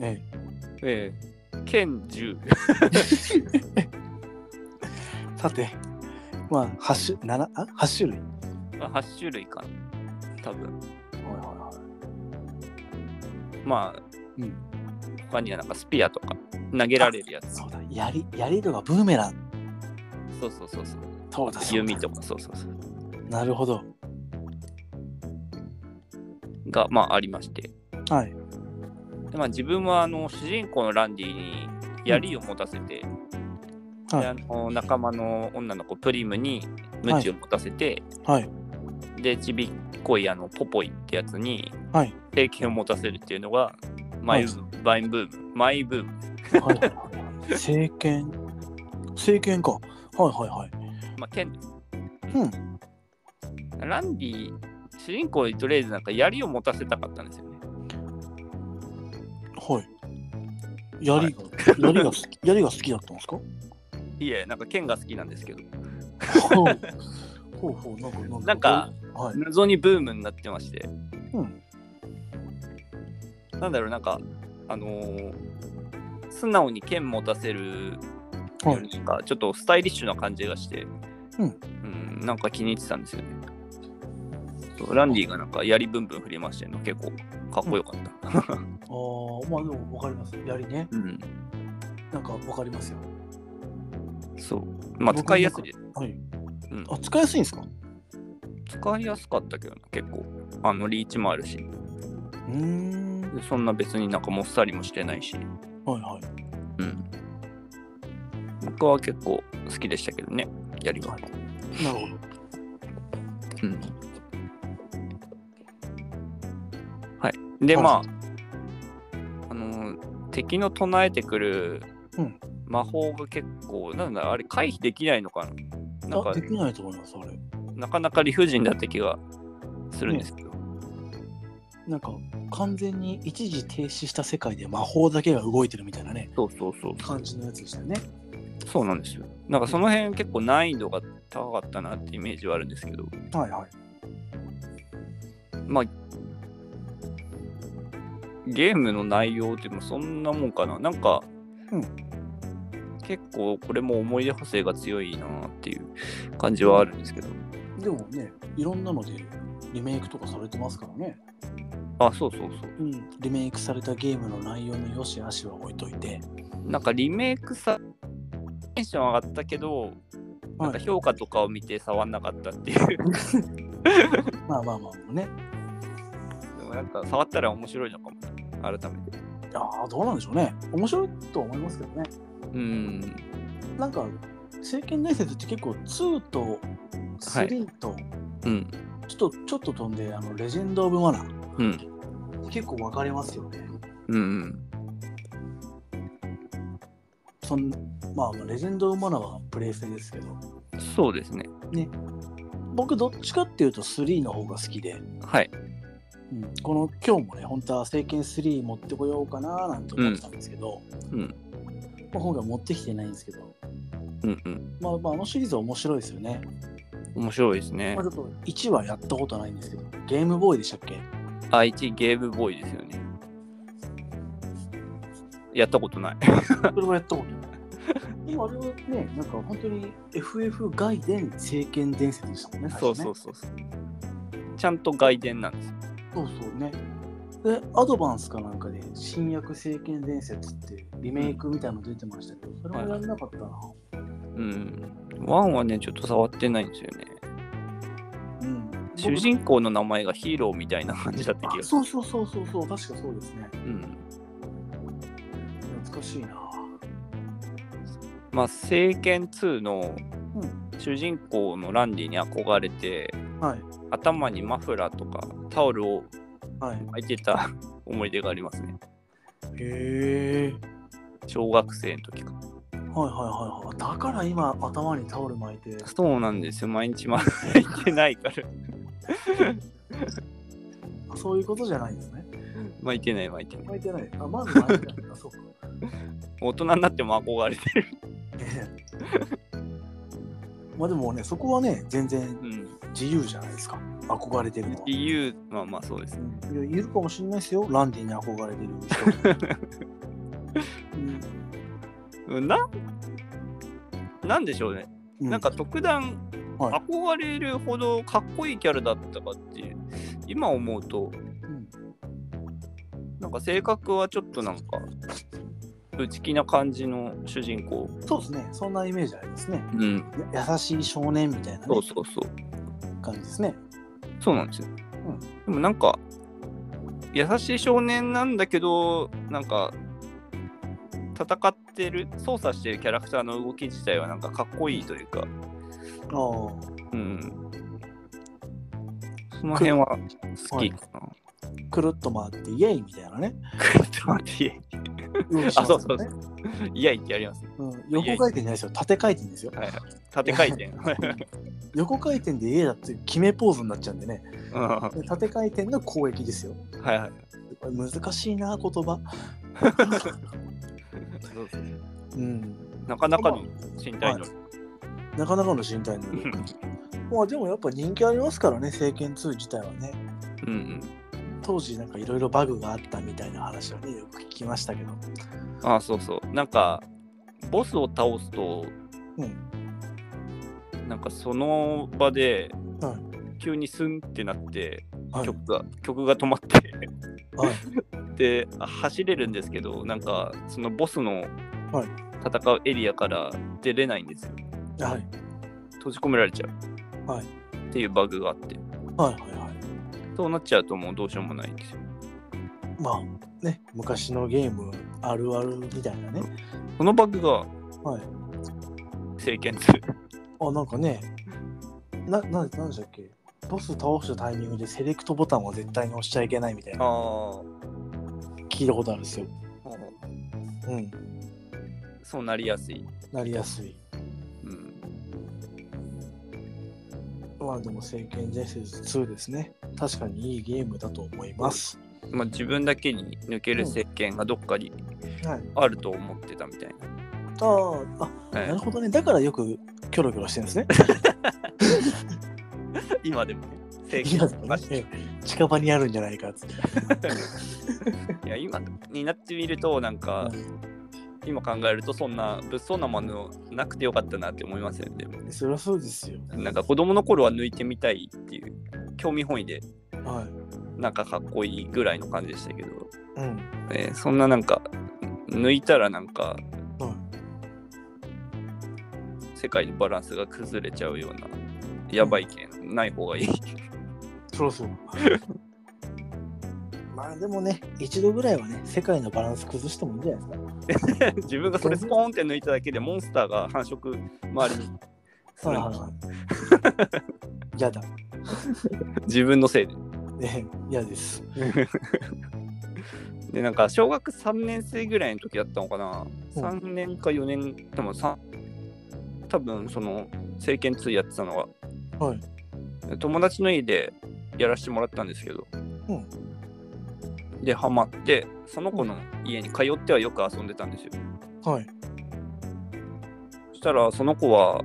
S1: ええ、
S2: ええ剣銃
S1: さて、まあ、8種七あ八種類。
S2: あ8種類かな多分
S1: はいはいはい
S2: まあ、
S1: うん
S2: 他にはなんかスピアとか投げられるやつ
S1: そうだ、槍、槍とかブーメラン。
S2: そうそうそうそう
S1: そうだ、そうだ
S2: 弓とかそうそうそう
S1: なるほど。
S2: がまあありまして
S1: はい。
S2: でまあ、自分はあの主人公のランディに槍を持たせて、で
S1: はい
S2: あの仲間の女の子プリムにムチを持たせて、
S1: はい。
S2: でちびっこいあのポポイってやつに
S1: はい。
S2: 経験を持たせるっていうのがマイ,、バインブームマイブーム
S1: はいはいはい。 政権。政権か。はいはいはい。
S2: まあ、剣
S1: うん。
S2: ランディ主人公にとりあえずなんか槍を持たせたかったんですよね
S1: はい。槍が、槍が好き、 槍が好きだったんですか
S2: いえなんか剣が好きなんですけど
S1: ほう。ほうほう、なんか、なんか。
S2: なんか、
S1: はい。
S2: 謎にブームになってまして
S1: うん。
S2: なんだろうなんかあのー素直に剣持たせる
S1: は
S2: よ
S1: い。
S2: りかちょっとスタイリッシュな感じがして、
S1: うん
S2: うんなんか気に入ってたんですよね。そうランディがなんか槍ブンブン振り回してるの結構かっこよかった。
S1: ああ、まあでも、わかります。槍ね。
S2: うん、
S1: なんか、わかりますよ。
S2: そう。まあ
S1: 僕も
S2: 使いやすい。
S1: はい。
S2: うん
S1: あ、使いやすいんですか
S2: 使いやすかったけどな、結構。あのリーチもあるし、
S1: うーん。
S2: でそんな別になんかもっさりもしてないし。
S1: はいはい。
S2: うん。僕は結構好きでしたけどね、槍は。
S1: なるほど。
S2: うん。で、
S1: はい
S2: まあ、あの、敵の唱えてくる
S1: うん
S2: 魔法が結構、なんだ、あれ回避できないのかななん
S1: あ
S2: か
S1: で、きないと思います、あれ。
S2: なかなか理不尽だった気がするんですけど。
S1: なんか、完全に一時停止した世界で魔法だけが動いてるみたいなね、
S2: そうそうそう。
S1: 感じのやつでしたよね。
S2: そうなんですよ。なんかその辺結構難易度が高かったなってイメージはあるんですけど、
S1: はいはい。
S2: まあ、ゲームの内容ってもそんなもんかな。なんか、
S1: うん
S2: 結構これも思い出補正が強いなっていう感じはあるんですけど。
S1: でもね、いろんなのでリメイクとかされてますからね。
S2: あ、そうそうそう。
S1: うん、リメイクされたゲームの内容の良し悪しは置いといて、
S2: なんかリメイクさ、テンション上がったけど、なんか評価とかを見て触んなかったっていう。
S1: まあまあまあね、
S2: でもなんか触ったら面白いのかも、改めて。
S1: いやーどうなんでしょうね。面白いとは思いますけどね。
S2: うん。
S1: なんか、聖剣伝説って結構2と3と、
S2: うん。
S1: ちょっとちょっと飛んで、あのレジェンド・オブ・マナー、
S2: うん。
S1: 結構分かれますよね。
S2: うんうん。
S1: そんまあ、まあレジェンド・オブ・マナーはプレイステですけど、
S2: そうですね。
S1: 僕どっちかっていうと3の方が好きで、
S2: はい。
S1: うん、この今日もね、本当は聖剣3持ってこようかなーなんて思ってたんですけど、
S2: うんうん
S1: まあ今回持ってきてないんですけど、
S2: うんうん。
S1: まあ、まあ、あのシリーズは面白いですよね。
S2: 面白いですね
S1: まあ、。ちょっと1はやったことないんですけど、ゲームボーイでしたっけ
S2: あ、一ゲームボーイですよね。やったことない。
S1: それはやったことな い。でもあれはね、なんか本当に FF 外伝聖剣伝説でしたもんね。
S2: そうそう
S1: 最
S2: そうそう。ちゃんと外伝なんですよ。
S1: 初ねそうそうね。で、アドバンスかなんかで、新約聖剣伝説ってリメイクみたいなの出てましたけど、それはやらなかったな。
S2: うん。ワンはね、ちょっと触ってないんですよね。
S1: うん。
S2: 主人公の名前がヒーローみたいな感じだった気
S1: あ
S2: がする。
S1: そうそうそうそうそう、確かそうですね。
S2: うん。
S1: 懐かしいな。
S2: まあ、聖剣2の
S1: う
S2: 主人公のランディに憧れて、
S1: はい。
S2: 頭にマフラーとかタオルを
S1: はい。
S2: 巻いてた思い出がありますね。
S1: へえ。
S2: 小学生の時か。
S1: はいはいはいはい。だから今、頭にタオル巻いて。
S2: そうなんですよ。毎日毎日行ってないから。
S1: あそういうことじゃないんですね。
S2: 巻いてない巻いてない。
S1: 巻いてない。あ、まず巻いてない。あ、そうか。
S2: 大人になっても憧れてる。
S1: ねえまあでもね、そこはね、全然
S2: うん。
S1: 自由じゃないですか。憧れてるのは。
S2: 理由、まあまあそうですね。
S1: うんいやいるかもしれないですよ、ランディに憧れてる 人。うん
S2: うんな、なんでしょうね。
S1: う
S2: なんか特段、
S1: はい
S2: 憧れるほどかっこいいキャラだったかっていう。今思うと、
S1: うん
S2: なんか性格はちょっとなんか、内気な感じの主人公。
S1: そうですね、そんなイメージありますね。
S2: うん。
S1: や優しい少年みたいなね、
S2: そうそうそう。
S1: 感じですね。
S2: そうなんですよ。でもなんか、優しい少年なんだけど、なんか、戦ってる、操作してるキャラクターの動き自体はなんかかっこいいというか、
S1: ああ、
S2: うん。その辺は好きかな。
S1: くるっと回って、イエイみたいなね。
S2: ちょっと待って、
S1: 動きし
S2: あ、
S1: ます
S2: そ
S1: よ
S2: うそうそ
S1: ね
S2: う。いやいってやりますね。
S1: うん横回転じゃないですよ、縦回転ですよ。
S2: はいはい。縦回転。
S1: 横回転でイエイだって決めポーズになっちゃうんでね、
S2: うんは
S1: で縦回転の攻撃ですよ。
S2: いはい。
S1: これ難しいな、言葉。
S2: そうそう
S1: うん、
S2: なかなかの身体能力。
S1: なかなかの身体能力。まあでもやっぱ人気ありますからね、聖剣2自体はね。
S2: うんうん。
S1: 当時なんかいろいろバグがあったみたいな話はね、よく聞きましたけど。
S2: あそうそうなんかボスを倒すと、
S1: う
S2: なんかその場で、
S1: は
S2: 急にスンってなって
S1: はい。
S2: 曲が曲が止まって
S1: はい、
S2: であ走れるんですけどなんかそのボスの
S1: はい
S2: 戦うエリアから出れないんですよ
S1: はい、
S2: 閉じ込められちゃう、
S1: はい
S2: っていうバグがあって
S1: はい、はいはい。
S2: そうなっちゃうともうどうしようもないんですよ
S1: まあね、昔のゲームあるあるみたいなね。
S2: そのバグが
S1: はい
S2: 聖剣2
S1: あ、なんかね、な、ななんでしたっけボス倒したタイミングでセレクトボタンは絶対に押しちゃいけないみたい
S2: あ
S1: な
S2: あ、
S1: 聞いたことあるんですよ。
S2: うん
S1: うん。
S2: そうなりやすい。
S1: なりやすい。
S2: うん。
S1: まあでも「聖剣伝説2」ですね。確かにいいゲームだと思います。
S2: まあ、自分だけに抜ける石鹸がどっかに
S1: はい、
S2: あると思ってたみたい
S1: ああ、あ
S2: な。
S1: なる
S2: は
S1: ほどね。だからよくキョロキョロしてるんですね。
S2: い、 今でもね、石
S1: 今で
S2: 鹸
S1: もね、 近場にあるんじゃないかっつって。
S2: いや今になってみると、なんか、今考えるとそんな物騒なものなくてよかったなって思いますよね。でも
S1: そりゃそうですよ。
S2: なんか子供の頃は抜いてみたいっていう興味本位で
S1: はい。
S2: なんかかっこいいぐらいの感じでしたけど、
S1: うん。
S2: えーそんななんか抜いたらなんか
S1: はい
S2: 世界のバランスが崩れちゃうようなやばい系ない方がいい。
S1: そろそろ。まあでもね、一度ぐらいはね、世界のバランス崩してもいいんじゃないですか。
S2: 自分がそれスポーンって抜いただけでモンスターが繁殖周りにする
S1: はいはいはい。やだ。
S2: 自分のせいで。
S1: ね、嫌です。
S2: でなんか小学3年生ぐらいの時だったのかな、
S1: うん
S2: 3年か4年でも3多分その政権2やってたのは
S1: はい。
S2: 友達の家でやらせてもらったんですけど、
S1: うん
S2: でハマってその子の家に通ってはよく遊んでたんですよ
S1: はい。
S2: そしたらその子は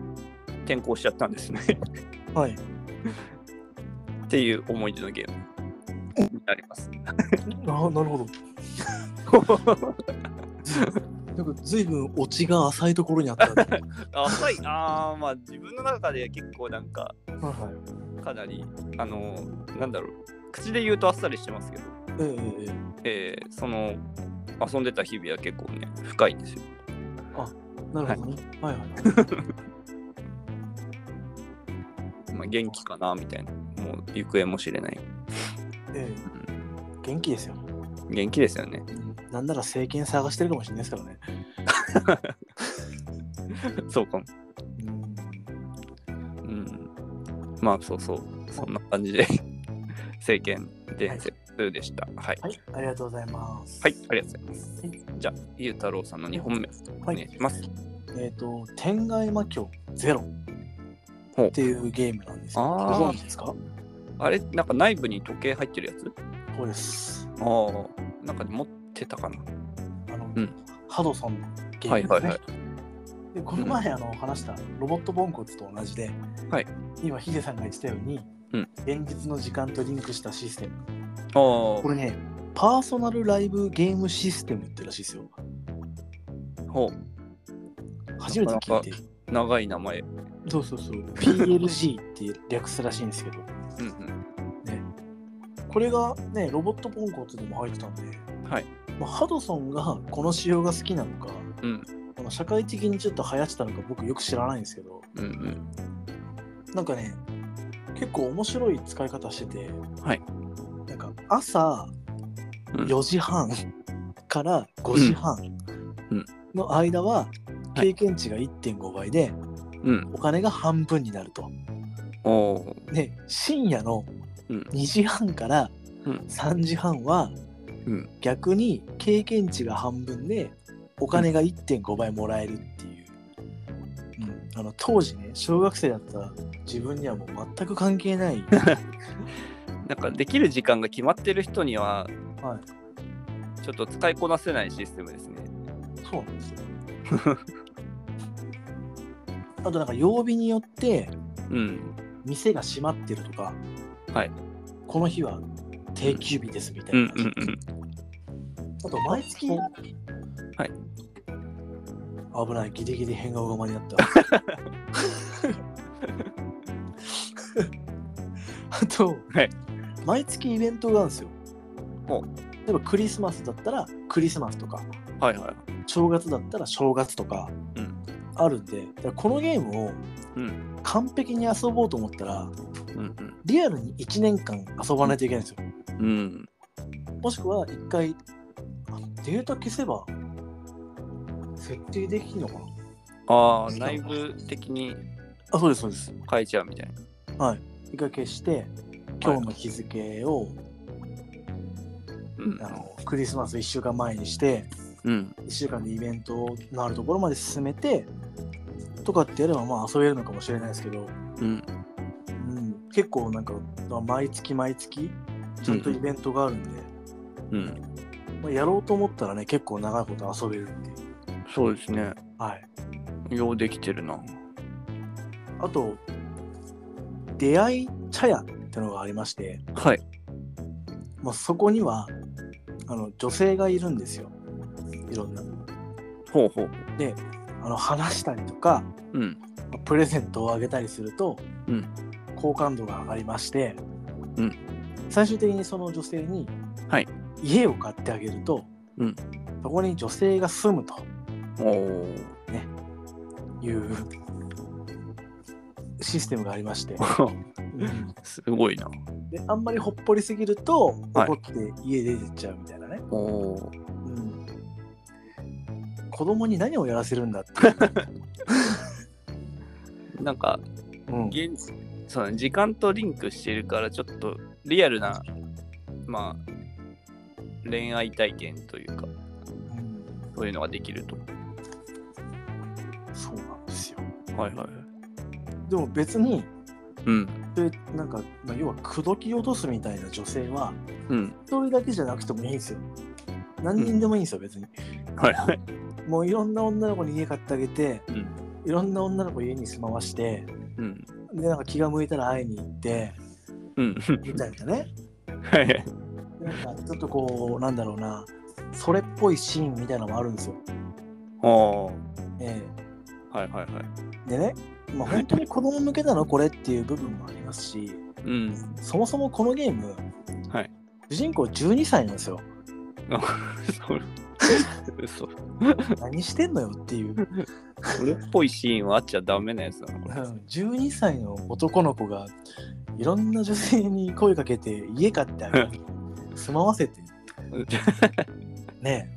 S2: 転校しちゃったんですね
S1: はい。
S2: っていう思い出のゲームになります
S1: あなるほど。なんか随分オチが浅いところにあった。 はい
S2: 浅いあーまあ自分の中で結構なんか
S1: はい。
S2: かなりあのなんだろう口で言うとあっさりしてますけど、
S1: ええええ
S2: えーその遊んでた日々は結構ね深いんですよ
S1: なるほどね。はいはい。
S2: まあ、元気かなみたいなもう行方も知れない
S1: ええ元気ですよ。
S2: 元気ですよね
S1: なんなら政権探してるかもしれないですからね。
S2: そうかも
S1: うん
S2: うんまあそうそうそんな感じで 政権伝説2でしたはい、
S1: はい、ありがとうございます。
S2: はい、ありがとうございます
S1: はい
S2: じゃあゆうたろうさんの2本目お
S1: はい
S2: 願いします、
S1: えっ、と、天外魔境ゼロ
S2: ほう
S1: っていうゲームなんですけど、ご
S2: あー
S1: 存知ですか
S2: あれなんか内部に時計入ってるやつ
S1: そうです。
S2: ああなんか持ってたかな
S1: あの、
S2: うん
S1: ハドソンのゲームです、ね。
S2: はいはいはい
S1: でこの前あの話したロボットボンコツと同じで、
S2: はい
S1: 今ヒデさんが言ってたように、
S2: うん
S1: 現実の時間とリンクしたシステム
S2: ああ
S1: これねパーソナルライブゲームシステムってらしいですよ
S2: ほ
S1: 初めて聞いて
S2: う長い名前
S1: そうそうそう PLG って略すらしいんですけど
S2: うん
S1: これがねロボットポンコツでも入ってたんで、
S2: はい
S1: まあ、ハドソンがこの仕様が好きなのか、
S2: うん
S1: あの社会的にちょっと流行ってたのか僕よく知らないんですけど
S2: うんうん
S1: なんかね結構面白い使い方してて、
S2: はい
S1: なんか朝
S2: うん
S1: 4時半から5時半
S2: うん
S1: の間は
S2: は
S1: 経験値が1.5倍で
S2: うんうん
S1: お金が半分になると。
S2: おお
S1: で深夜の
S2: うん
S1: 2時半から
S2: うん
S1: 3時半は
S2: うん
S1: 逆に経験値が半分でお金が1.5倍もらえるっていう、うん、あの当時ね小学生だった自分にはもう全く関係 ない
S2: なんかできる時間が決まってる人には、
S1: は
S2: ちょっと使いこなせないシステムですね。
S1: そうなんですよあとなんか曜日によって
S2: うん。
S1: 店が閉まってるとか、
S2: はい
S1: この日は定休日ですみたい
S2: うん
S1: な、
S2: うんうん。
S1: あと毎月、。
S2: はい
S1: 危ない、ギリギリ変顔が間に合った。 あと、
S2: はい
S1: 毎月イベントがあるんですよ
S2: ほ。
S1: 例えばクリスマスだったらクリスマスとか、
S2: はいはい。
S1: 正月だったら正月とか
S2: うん
S1: あるんで、だからこのゲームを
S2: うん
S1: 完璧に遊ぼうと思ったら、
S2: うん
S1: リアルに1年間遊ばないといけないんですよ。
S2: うん。うん。
S1: もしくは一回あデータ消せば設定できるのかな
S2: ああ、内部的に
S1: あ、そうです、そうです。
S2: 変えちゃうみたいな。
S1: はい。一回消して今日の日付を、
S2: うん
S1: あのクリスマス1週間前にして
S2: うん
S1: 1週間でイベントのあるところまで進めてとかってやればまあ遊べるのかもしれないですけど、
S2: うん
S1: うん、結構なんかまあ毎月毎月ちゃんとイベントがあるんで、
S2: うん
S1: まあ、やろうと思ったらね結構長いこと遊べるんで、
S2: そうですね
S1: はい、
S2: ようできてるな
S1: あと出会い茶屋ってのがありまして、
S2: はい
S1: まあ、そこにはあの女性がいるんですよいろんな
S2: ほうほう
S1: あの話したりとか
S2: うん
S1: まあプレゼントをあげたりすると、
S2: うん
S1: 好感度が上がりまして、
S2: うん
S1: 最終的にその女性に、
S2: はい
S1: 家を買ってあげると、
S2: うん
S1: そこに女性が住むと
S2: おお
S1: いうシステムがありま して、
S2: ー
S1: うん
S2: すごいな
S1: であんまりほっぽりすぎると
S2: はい
S1: 怒って家出てっちゃうみたいなね、
S2: おお
S1: うん子供に何をやらせるんだ って、
S2: なんか
S1: うん
S2: 現そうだね時間とリンクしてるからちょっとリアルなまあ恋愛体験というか
S1: うん
S2: そういうのができると
S1: そうなんですよ
S2: はいはい
S1: でも別に
S2: うん
S1: でなんか、まあ、要は口説き落とすみたいな女性は
S2: うん
S1: 一人だけじゃなくてもいいんですよ何人でもいいんですよ、別に
S2: はいはい
S1: もういろんな女の子に家買ってあげて、
S2: うん
S1: いろんな女の子家に住まわして
S2: うん
S1: でなんか気が向いたら会いに行って
S2: うん
S1: みたいなね
S2: はい
S1: なんかちょっとこうなんだろうなそれっぽいシーンみたいなのもあるんですよ、
S2: おー
S1: え
S2: はいはいはい
S1: えでね、まあ、本当に子供向けなのこれっていう部分もありますし
S2: うん
S1: そもそもこのゲーム、
S2: はい
S1: 主人公12歳なんですよ
S2: あそれ
S1: 何してんのよっていう
S2: それっぽいシーンはあっちゃダメなやつなのこれ
S1: うん12歳の男の子がいろんな女性に声かけて家買ってあ げて住まわせてね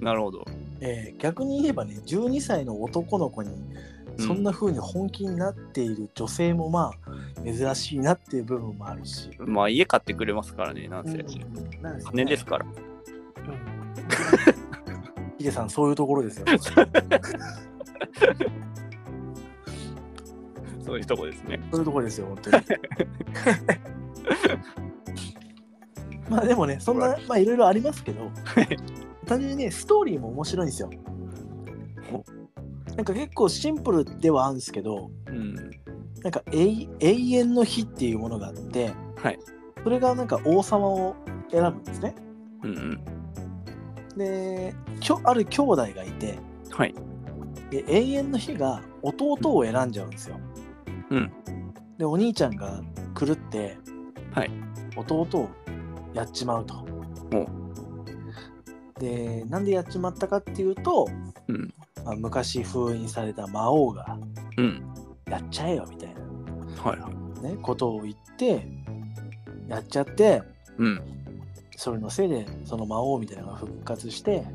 S2: なるほど
S1: えー逆に言えばね12歳の男の子にそんな風に本気になっている女性もまあ珍しいなっていう部分もあるし、
S2: まあ家買ってくれますからねなんせ
S1: うんなんかね
S2: 金ですから
S1: うんヒデさん そういうところですよ
S2: そういうとこですね
S1: そういうところですよ、本当に。 まあでもね、そんな、まあいろいろありますけど、単純にね、ストーリーも面白いんですよ
S2: ほ。
S1: なんか結構シンプルではあるんですけど、
S2: うん
S1: なんか永永遠の日っていうものがあって、
S2: はい
S1: それがなんか王様を選ぶんですね。
S2: うんうん
S1: で、きょある兄弟がいて、
S2: はい
S1: で永遠の日が弟を選んじゃうんですよ。
S2: うん
S1: でお兄ちゃんが狂って、
S2: はい
S1: 弟をやっちまうと。でなんでやっちまったかっていうと、
S2: うん
S1: まあ、昔封印された魔王が
S2: うん
S1: やっちゃえよみたい
S2: はいはい
S1: な、ね、ことを言ってやっちゃって
S2: うん
S1: それのせいでその魔王みたいなのが復活して、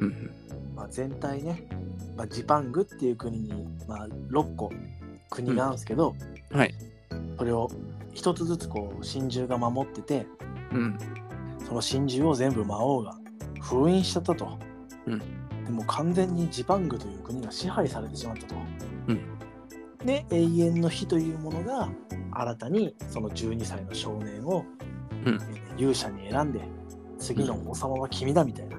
S2: うん
S1: まあ、全体ね、まあ、ジパングっていう国に、まあ、6個国があるんですけど、
S2: はい
S1: それを一つずつこう真珠が守ってて
S2: うん
S1: その真珠を全部魔王が封印しちゃったと、
S2: うん
S1: でもう完全にジパングという国が支配されてしまったと、
S2: うん
S1: で永遠の日というものが新たにその12歳の少年を、
S2: うん
S1: えー勇者に選んで次の王様は君だみたいな、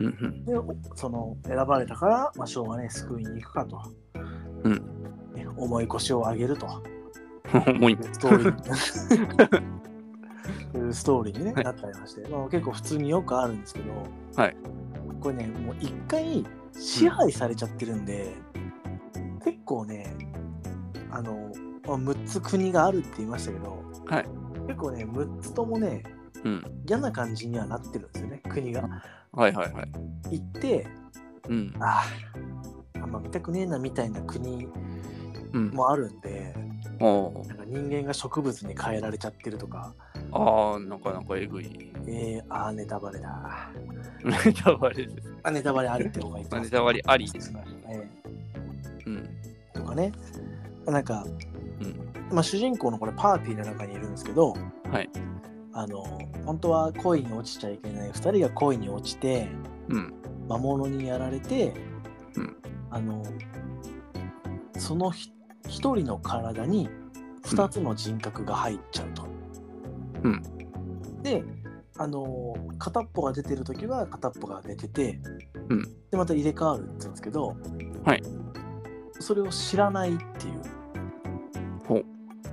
S2: うんうん
S1: でおその選ばれたから、まあ、しょうがねえ救いに行くかと、
S2: うん
S1: ね重い腰を上げると
S2: 重い
S1: ストーリーにという ストーリーに、ね
S2: はい
S1: なったりまして、まあ、結構普通によくあるんですけど、
S2: はい
S1: これねもう一回支配されちゃってるんで、結構ねあの、まあ、6つ国があるって言いましたけど、
S2: はい
S1: 結構ね6つともね
S2: うん
S1: 嫌な感じにはなってるんですよね国が
S2: はいはいはい
S1: 行って
S2: うん
S1: あーあんま見たくねえなみたいな国
S2: うん
S1: もあるんで
S2: おー
S1: なんか人間が植物に変えられちゃってるとか
S2: ああなかなかえぐい
S1: えー、あーネタバレだ。
S2: ネタバレですね
S1: あネタバレあるって方がいいか
S2: まあネタバレありです
S1: え
S2: うん
S1: ーとかね。なんか、
S2: うん
S1: まあ、主人公のこれパーティーの中にいるんですけど、
S2: はい
S1: あの本当は恋に落ちちゃいけない2人が恋に落ちて
S2: うん。
S1: 魔物にやられて、
S2: うん
S1: あのそのひ一人の体に2つの人格が入っちゃうと。
S2: うん
S1: であの片っぽが出てる時は片っぽが寝てて、
S2: うん
S1: でまた入れ替わるって言うんですけど、
S2: はい
S1: それを知らないっていう
S2: ほう。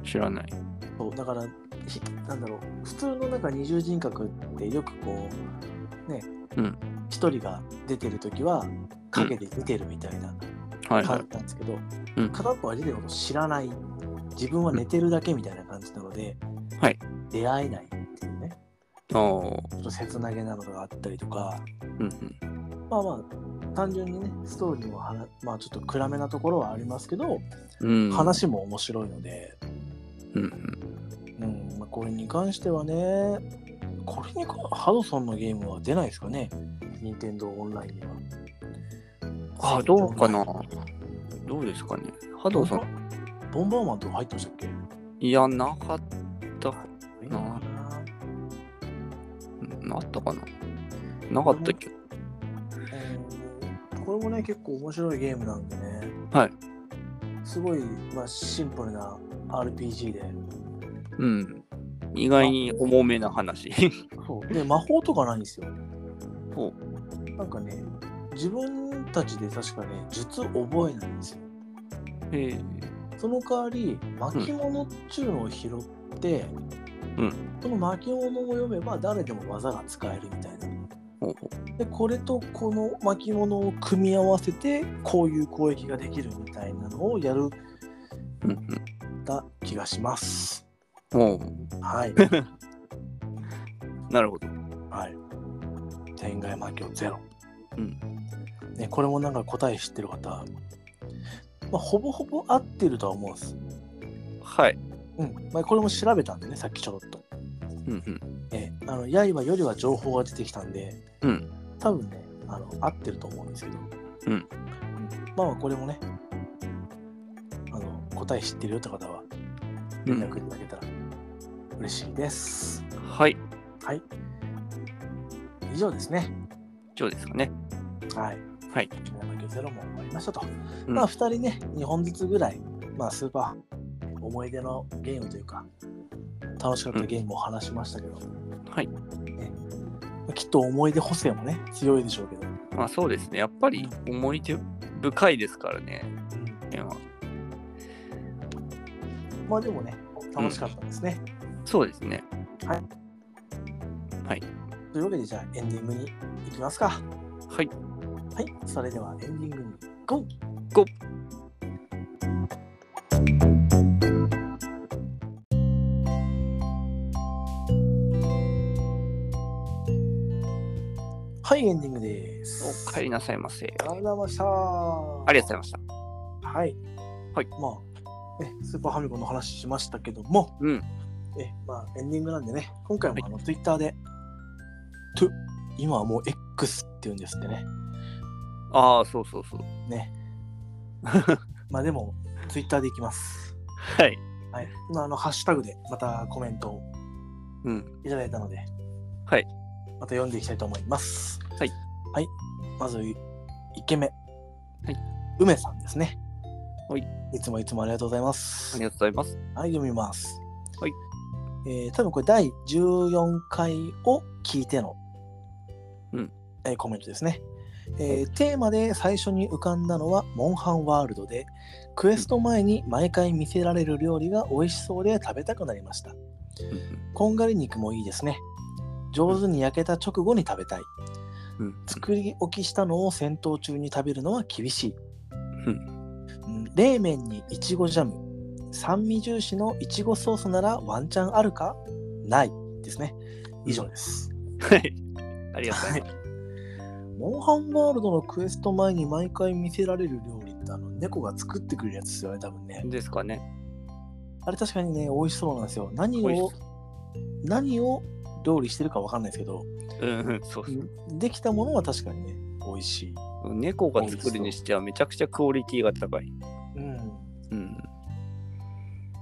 S2: 知らない。
S1: そうだからひなんだろう普通のなんか二重人格ってよくこうね
S2: うん
S1: 一、人が出てる時は影で出てるみたいな
S2: は
S1: 感
S2: いはい
S1: じ。なんですけど、
S2: うん
S1: 片っぽは出てることを知らない自分は寝てるだけみたいな感じなので、
S2: はい
S1: 出会えないっていうね
S2: ああ。うん
S1: ちょっと切なげなのがあったりとか
S2: うん。
S1: まあまあ単純にねストーリーもはなまあ、ちょっと暗めなところはありますけど、
S2: うん。
S1: 話も面白いので。
S2: うんうん。
S1: うんまあ、これに関してはね、これに関ハドソンのゲームは出ないですかね、任天堂オンラインには。
S2: あ、どうかなどうですかね。ハドソン、
S1: ボンバーマンとか入ってましたっけ
S2: いや、なかった。ななったかななかったっけ
S1: うんこれもね、結構面白いゲームなんでね、
S2: はい。
S1: すごい、まあ、シンプルな RPG で。
S2: うん。意外に重めな話。
S1: そうで、魔法とかないんですよ。
S2: ほう。
S1: なんかね、自分たちで確かね、術覚えないんですよ。
S2: ええ
S1: その代わり巻物っちゅうのを拾って、
S2: うん
S1: その巻物を読めば誰でも技が使えるみたいな。
S2: ほうほ
S1: でこれとこの巻物を組み合わせてこういう攻撃ができるみたいなのをやる
S2: う。うんうん。
S1: た気がします。
S2: ほう。
S1: はい。
S2: なるほど。
S1: はい。天外魔境ゼロ。
S2: うん。
S1: ね、これもなんか答え知ってる方、まあ、ほぼほぼ合ってるとは思うんです。
S2: はい。
S1: うん。まあ、これも調べたんでね、さっきちょろっと。
S2: うんうん。
S1: えあの刃よりは情報が出てきたんで、
S2: うん
S1: 多分ねあの合ってると思うんですけど、
S2: うん
S1: うんまあまあこれもねあの答え知ってるよって方は
S2: う
S1: 連
S2: ん、
S1: 絡いただけたら嬉しいです、
S2: はい。
S1: はい以上ですね
S2: 以上ですかね。
S1: はい
S2: はい
S1: 790も終わりましたと、
S2: うん
S1: まあ2人ね2本ずつぐらいまあスーパー思い出のゲームというか楽しかったゲームを話しましたけど、
S2: はい。
S1: きっと思い出補正もね強いでしょうけど、
S2: まあそうですね。やっぱり思い出深いですからね。これは
S1: まあでもね楽しかったですね、
S2: そうですね。
S1: はい。
S2: はい。
S1: というわけでじゃあエンディングに行きますか
S2: はい。
S1: はいそれではエンディングにゴーはいエンディングです
S2: お帰りなさいませ。
S1: ありがとうございましたあ
S2: ありがとうございました。
S1: はい。
S2: はい
S1: まあ、ね、スーパーファミコンの話しましたけども、
S2: うん。
S1: えまあ、エンディングなんでね、今回もあの、ツイッターで、と、今はもう X って言うんですってね。
S2: ああ、そうそうそう。
S1: ね。まあでも、ツイッターでいきます。
S2: はい。
S1: はい。まあ、あの、ハッシュタグでまたコメントを
S2: うん。
S1: いただいたので、
S2: はい。
S1: また読んでいきたいと思います。
S2: はい。。
S1: はい。まず、1件目。はい梅さんですね。
S2: はい。
S1: いつもいつもありがとうございま
S2: あ
S1: す
S2: り。がとうございます。
S1: はい、読みます。
S2: はい。
S1: えー、多分これ第14回を聞いての、
S2: うん
S1: えーコメントですね、えーテーマで最初に浮かんだのはモンハンワールドで、クエスト前に毎回見せられる料理が美味しそうで食べたくなりました。
S2: うんうん
S1: こんがり肉もいいですね。上手に焼けた直後に食べたい。
S2: うん
S1: 作り置きしたのを戦闘中に食べるのは厳しい。う
S2: う
S1: ん冷麺にいちごジャム、酸味重視のいちごソースならワンチャンあるかないですね。以上です。
S2: はい。ありがとうございます。
S1: モンハンワールドのクエスト前に毎回見せられる料理ってあの猫が作ってくれるやつですよね、多分ね。
S2: ですかね。
S1: あれ確かにね、美味しそうなんですよ。何
S2: 美味
S1: を
S2: し、
S1: 何を料理してるかわかんないですけど、
S2: うんうん、そうそう。
S1: できたものは確かにね、美味しい。
S2: 猫が作るにしてはめちゃくちゃクオリティが高い。
S1: うん。
S2: うん。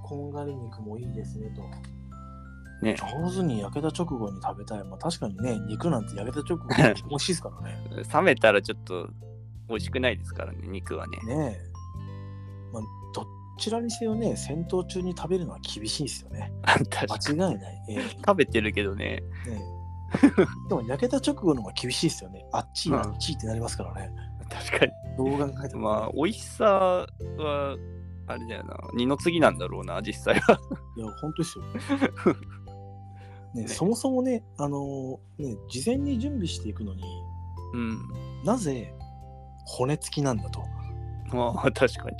S1: こんがり肉もいいですねと。
S2: ね
S1: 上手に焼けた直後に食べたい。まあ確かにね、肉なんて焼けた直後 に美味しいですからね。
S2: 冷めたらちょっと美味しくないですからね、肉はね。
S1: ねえ。まあ、どちらにせよね、戦闘中に食べるのは厳しいですよね。
S2: 確かに
S1: 間違いない。ええ
S2: 食べてるけどね。
S1: ねえでも焼けた直後の方が厳しいですよね。あっちい、
S2: うん
S1: あっちいってなりますからね。
S2: 確か
S1: どう考えて
S2: に。
S1: も。
S2: まあ、美味しさは、あれだよな。二の次なんだろうな、実際 は。
S1: いや、本当です よ。ね、そもそもね、あのーね、事前に準備していくのに
S2: うん。
S1: なぜ骨付きなんだと。
S2: まあ、確かに。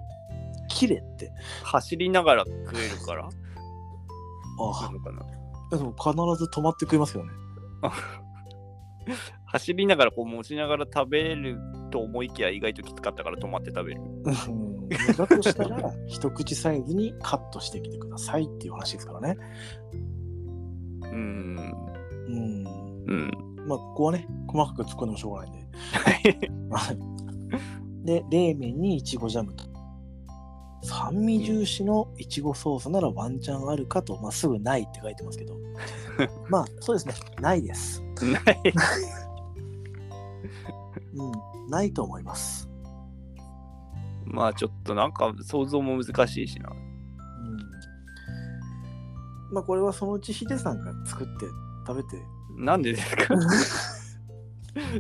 S1: 切れって。
S2: 走りながら食えるからな
S1: あ
S2: のかな。
S1: あ、でも必ず止まって食いますよね。
S2: 走りながらこう持ちながら食べれると思いきや意外ときつかったから止まって食べる。
S1: うんだとしたら、 一口サイズにカットしてきてくださいっていう話ですからね。
S2: う
S1: う
S2: ん。
S1: ん。
S2: うん。
S1: まあ、ここはね、細かく突っ込んでもしょうがないんで。はい。で、冷麺にいちごジャムと。酸味重視のいちごソースならワンチャンあるかと、まあ、すぐないって書いてますけ ど。まあ、そうですね。ないです。
S2: ない。
S1: うん。ないと思います。
S2: まあちょっとなんか想像も難しいしな。
S1: うん。まあ、これはそのうちヒデさんが作って食べ て。
S2: なんでです か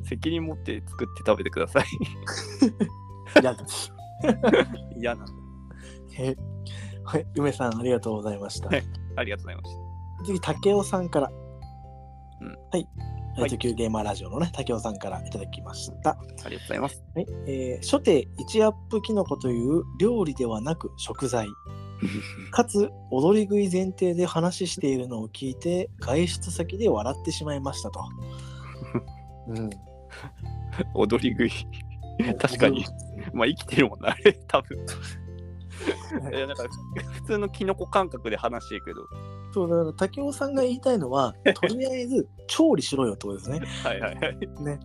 S2: 責任持って作って食べてください。
S1: いや、
S2: 嫌なんで。
S1: えはい。梅さん、ありがとうございました。
S2: はいありがとうございまし
S1: 次、竹雄さんから。
S2: うん
S1: はい。え
S2: は
S1: っ
S2: い
S1: と、旧ゲーマーラジオのね、竹雄さんからいただきました。
S2: た。ありがとうございます。
S1: はいえー初手1アップキノコという料理ではなく食 材かつ踊り食い前提で話しているのを聞いて外出先で笑ってしまいましたと、うん、
S2: 踊り食い。確か に。まあ生きてるもんな、あれ、多分。いやなんか普通のキノコ感覚で話してるけど。
S1: そうだから竹雄さんが言いたいの はとりあえず調理しろよってことですね、
S2: はいはいはい。
S1: ね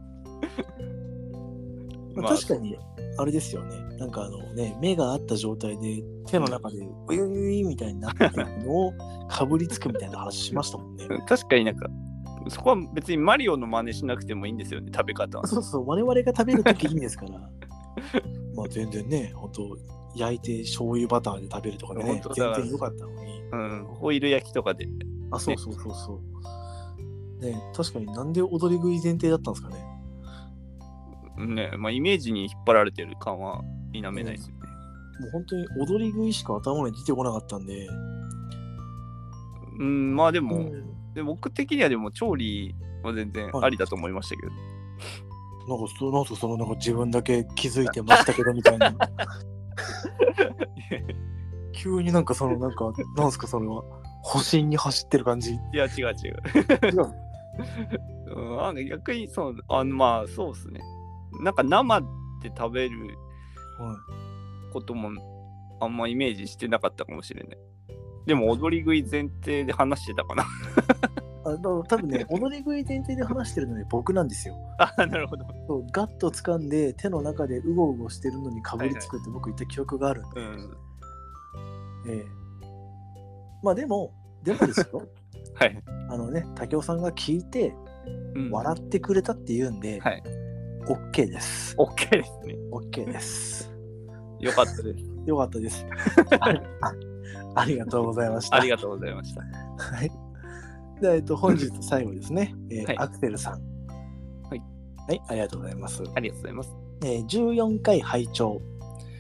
S1: まあ
S2: まあ
S1: 確かにあれですよねなんかあのね目が合った状態で手の中でウユユユみたいになってるのをかぶりつくみたいな話しましたもんね
S2: 確かになんか、そこは別にマリオの真似しなくてもいいんですよね、食べ方は。
S1: そうそう、我々が食べるときいいん ですから。まあ全然ね、本当焼いて醤油バターで食べるとかでね
S2: 本、当だ
S1: 全
S2: から
S1: 然良かったのに。
S2: うん、ホイル焼きとかで。
S1: あ、そうそうそうそう。ね、確かになんで踊り食い前提だったんですかね。
S2: ね、まあイメージに引っ張られてる感は否めないですよね。
S1: もう本当に踊り食いしか頭に出てこなかったんで。
S2: うん、まあでも、
S1: うん
S2: で僕的にはでも調理は全然ありだと思いましたけど。
S1: なんかそ、なんかその、なんか自分だけ気づいてましたけどみたいな。急になんかその、なんか、なんすかそれは。保身に走ってる感じ。違
S2: いや、違う違う。
S1: う
S2: うん、なんか逆にそう、あのまあそうですね。なんか生で食べる
S1: はい
S2: こともあんまイメージしてなかったかもしれない。でも踊り食い前提で話してたかな。
S1: あだから多分ね、踊り食い前提で話してるのに僕なんですよ。
S2: あ、なるほど。
S1: そうガッと掴んで手の中でうごうごしてるのにかぶりつくって僕言った記憶があるんで、
S2: うん。
S1: ええまあでもでもですよ
S2: はい。
S1: あのね武雄さんが聞いて
S2: うん、
S1: 笑ってくれたって言うんで、
S2: はい
S1: オッ OK です
S2: オッケーですね。
S1: OK です
S2: よかった です。
S1: よかったですあ ありがとうございました
S2: ありがとうございました。
S1: はい。で、えっと、本日最後ですね、えー
S2: はい
S1: アクセルさん。
S2: はい。
S1: はい、ありがとうございます。
S2: ありがとうございます。
S1: えー14回拝聴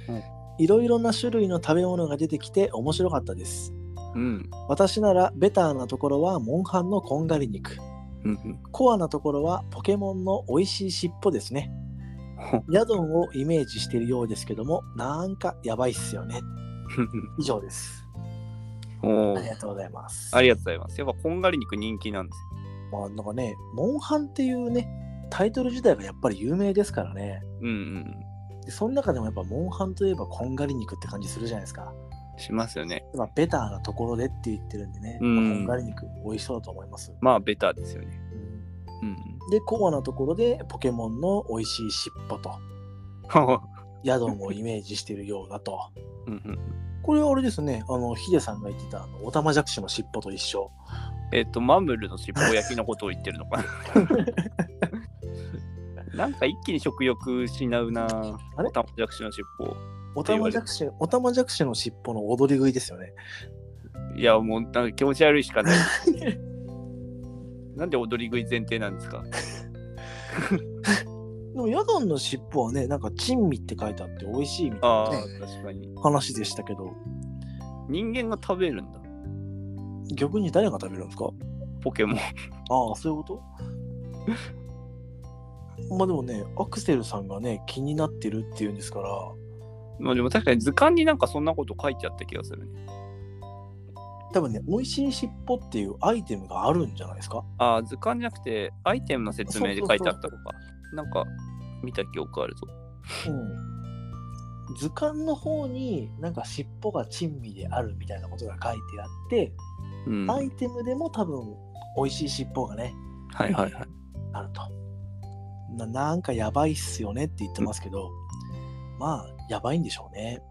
S2: うん。
S1: いろいろな種類の食べ物が出てきて面白かったです。
S2: うん。
S1: 私ならベターなところはモンハンのこんがり肉。
S2: うん
S1: コアなところはポケモンの美味しい尻尾ですね。ヤドンをイメージしているようですけども、なんかやばいっすよね。以上です。
S2: お
S1: あ
S2: お
S1: り。がとうございます。
S2: ありがとうございます。やっぱこんがり肉人気なんです
S1: まあ、なんかね、モンハンっていうね、タイトル自体がやっぱり有名ですからね。
S2: よ。うんうん。
S1: で、その中でもやっぱモンハンといえばこんがり肉って感じするじゃないですか。
S2: しますよね。
S1: まあ、ベターなところでって言ってるんでね、
S2: うん
S1: まあこんがり肉美味しそうだと思います。
S2: まあベターですよね。
S1: うん
S2: うん。
S1: で、コアなところでポケモンの美味しい尻尾と、
S2: うん
S1: ヤドンをイメージしてるようだと、
S2: うん
S1: これはあれですね、あのヒデさんが言ってたあのオタマジャクシの尻尾と一緒。
S2: えっと、マムルの尻尾焼きのことを言ってるのか な。なんか一気に食欲失うなぁ。
S1: あれ
S2: オタマジャクシの尻尾。
S1: オタマジャクシ、オタマジャクシの尻尾の踊り食いですよ ね。
S2: いや、もうなんか気持ち悪いしかない。なんで踊り食い前提なんですか
S1: でも、ヤドンの尻尾はね、なんか珍味って書いてあって美味しいみたい
S2: ああ、
S1: な、ね、
S2: 確かに。
S1: 話でしたけど、
S2: 人間が食べるんだ。
S1: 逆に誰が食べるんですか
S2: ポケモン。
S1: ああ、そういうこと まあでもね、アクセルさんがね、気になってるっていうんですから、
S2: まあでも確かに図鑑になんかそんなこと書いてあった気がするね。
S1: 多分ね、美味しい尻尾っていうアイテムがあるんじゃないですか
S2: ああ、図鑑じゃなくてアイテムの説明で書いてあったのか。なんか見た記憶あるぞ。
S1: うん。図鑑の方になんか尻尾が珍味であるみたいなことが書いてあって、
S2: うん。
S1: アイテムでも多分美味しい尻尾がね、
S2: はいはいはい。
S1: あるとな。なんかやばいっすよねって言ってますけど、まあ、やばいんでしょうね。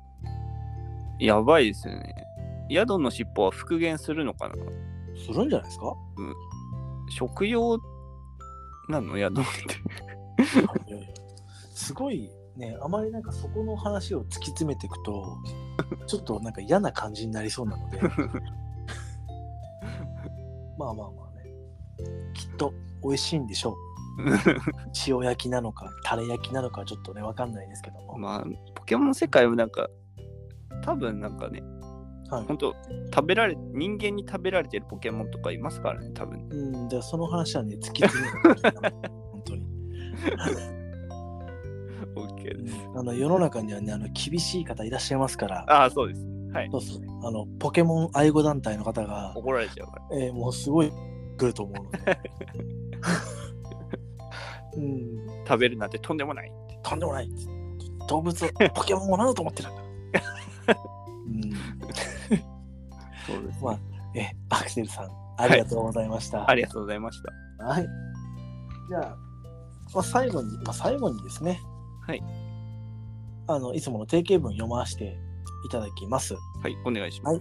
S2: やばいですよね。宿の尻尾は復元するのかな
S1: するんじゃないですか
S2: 食用なの宿って。
S1: いやいやすごいね、あまりなんかそこの話を突き詰めていくと、ちょっとなんか嫌な感じになりそうなので、まあまあまあね、きっと美味しいんでしょう。 塩焼きなのか、タレ焼きなのかはちょっとね、わかんないですけども。
S2: まあ、ポケモンの世界はなんか、多分なんかね、
S1: はい
S2: 本当食べられ、人間に食べられてるポケモンとかいますからね、多分。
S1: うん、でその話はね、突き詰めていく本当に。
S2: OK です。
S1: あの世の中にはねあの厳しい方いらっしゃいますから、
S2: ああ、そうです。はい。
S1: そうそうあのポケモン愛護団体の方が、
S2: 怒られちゃうから。
S1: えーもうすごい来ると思うの で、うん、
S2: 食べるなんてとんでもない。
S1: とんでもない動物ポケモンをなると思って るんだ、うん
S2: そうです、
S1: まあえアクセルさんありがとうございました、
S2: ありがとうございました。
S1: はい。じゃあ、まあ、最後に、まあ、最後にですね。
S2: はい。
S1: あの、いつもの定型文読ませていただきます。
S2: はい、お願いします。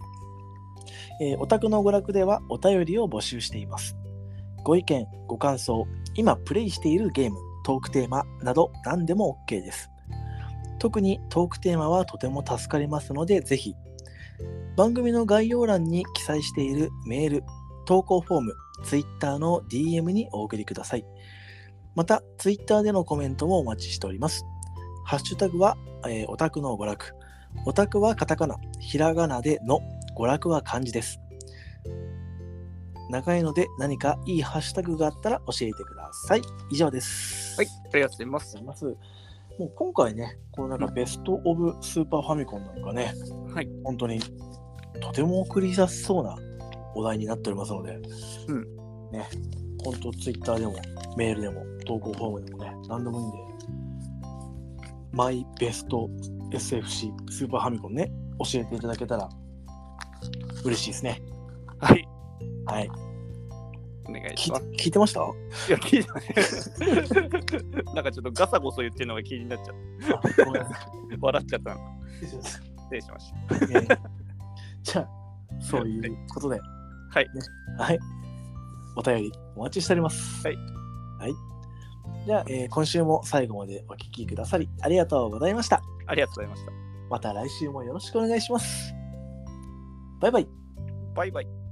S1: えー、お宅の娯楽ではお便りを募集しています。ご意見、ご感想、今プレイしているゲーム、トークテーマなど何でも OK です。特にトークテーマはとても助かりますので、ぜひ。番組の概要欄に記載しているメール、投稿フォーム、Twitter の DM にお送りください。また、Twitter でのコメントもお待ちしております。ハッシュタグは、えー、オタクの娯楽。オタクはカタカナ、ひらがなでの、娯楽は漢字です。長いので何かいいハッシュタグがあったら教えてください。以上です。
S2: はい、ありがとうございま
S1: ありがとうご
S2: す
S1: ざ。います。もう今回ね、このなんかベスト・オブ・スーパーファミコンなんかね、
S2: はい
S1: 本当にとても送り出しそうなお題になっておりますので、
S2: う
S1: ね、本当ツイッターでもメールでも投稿フォームでもね、何でもいいんで、マイベスト SFC スーパーファミコンね、教えていただけたら嬉しいですね。
S2: はい、
S1: はい。
S2: お願いし
S1: 聞
S2: ます。
S1: 聞いてま した
S2: いや、聞いてない なんかちょっとガサゴソ言ってるのが気になっちゃって、
S1: あごめんなさ
S2: 笑っちゃったの。
S1: い
S2: 失礼しました。
S1: えー じゃあ、そういうことで。
S2: はい
S1: ね。はい。お便りお待ちしております。
S2: はい。
S1: はい。じゃあ、えー今週も最後までお聞きくださりありがとうございました。
S2: ありがとうございました。
S1: また来週もよろしくお願いします。バイバイ。
S2: バイバイ。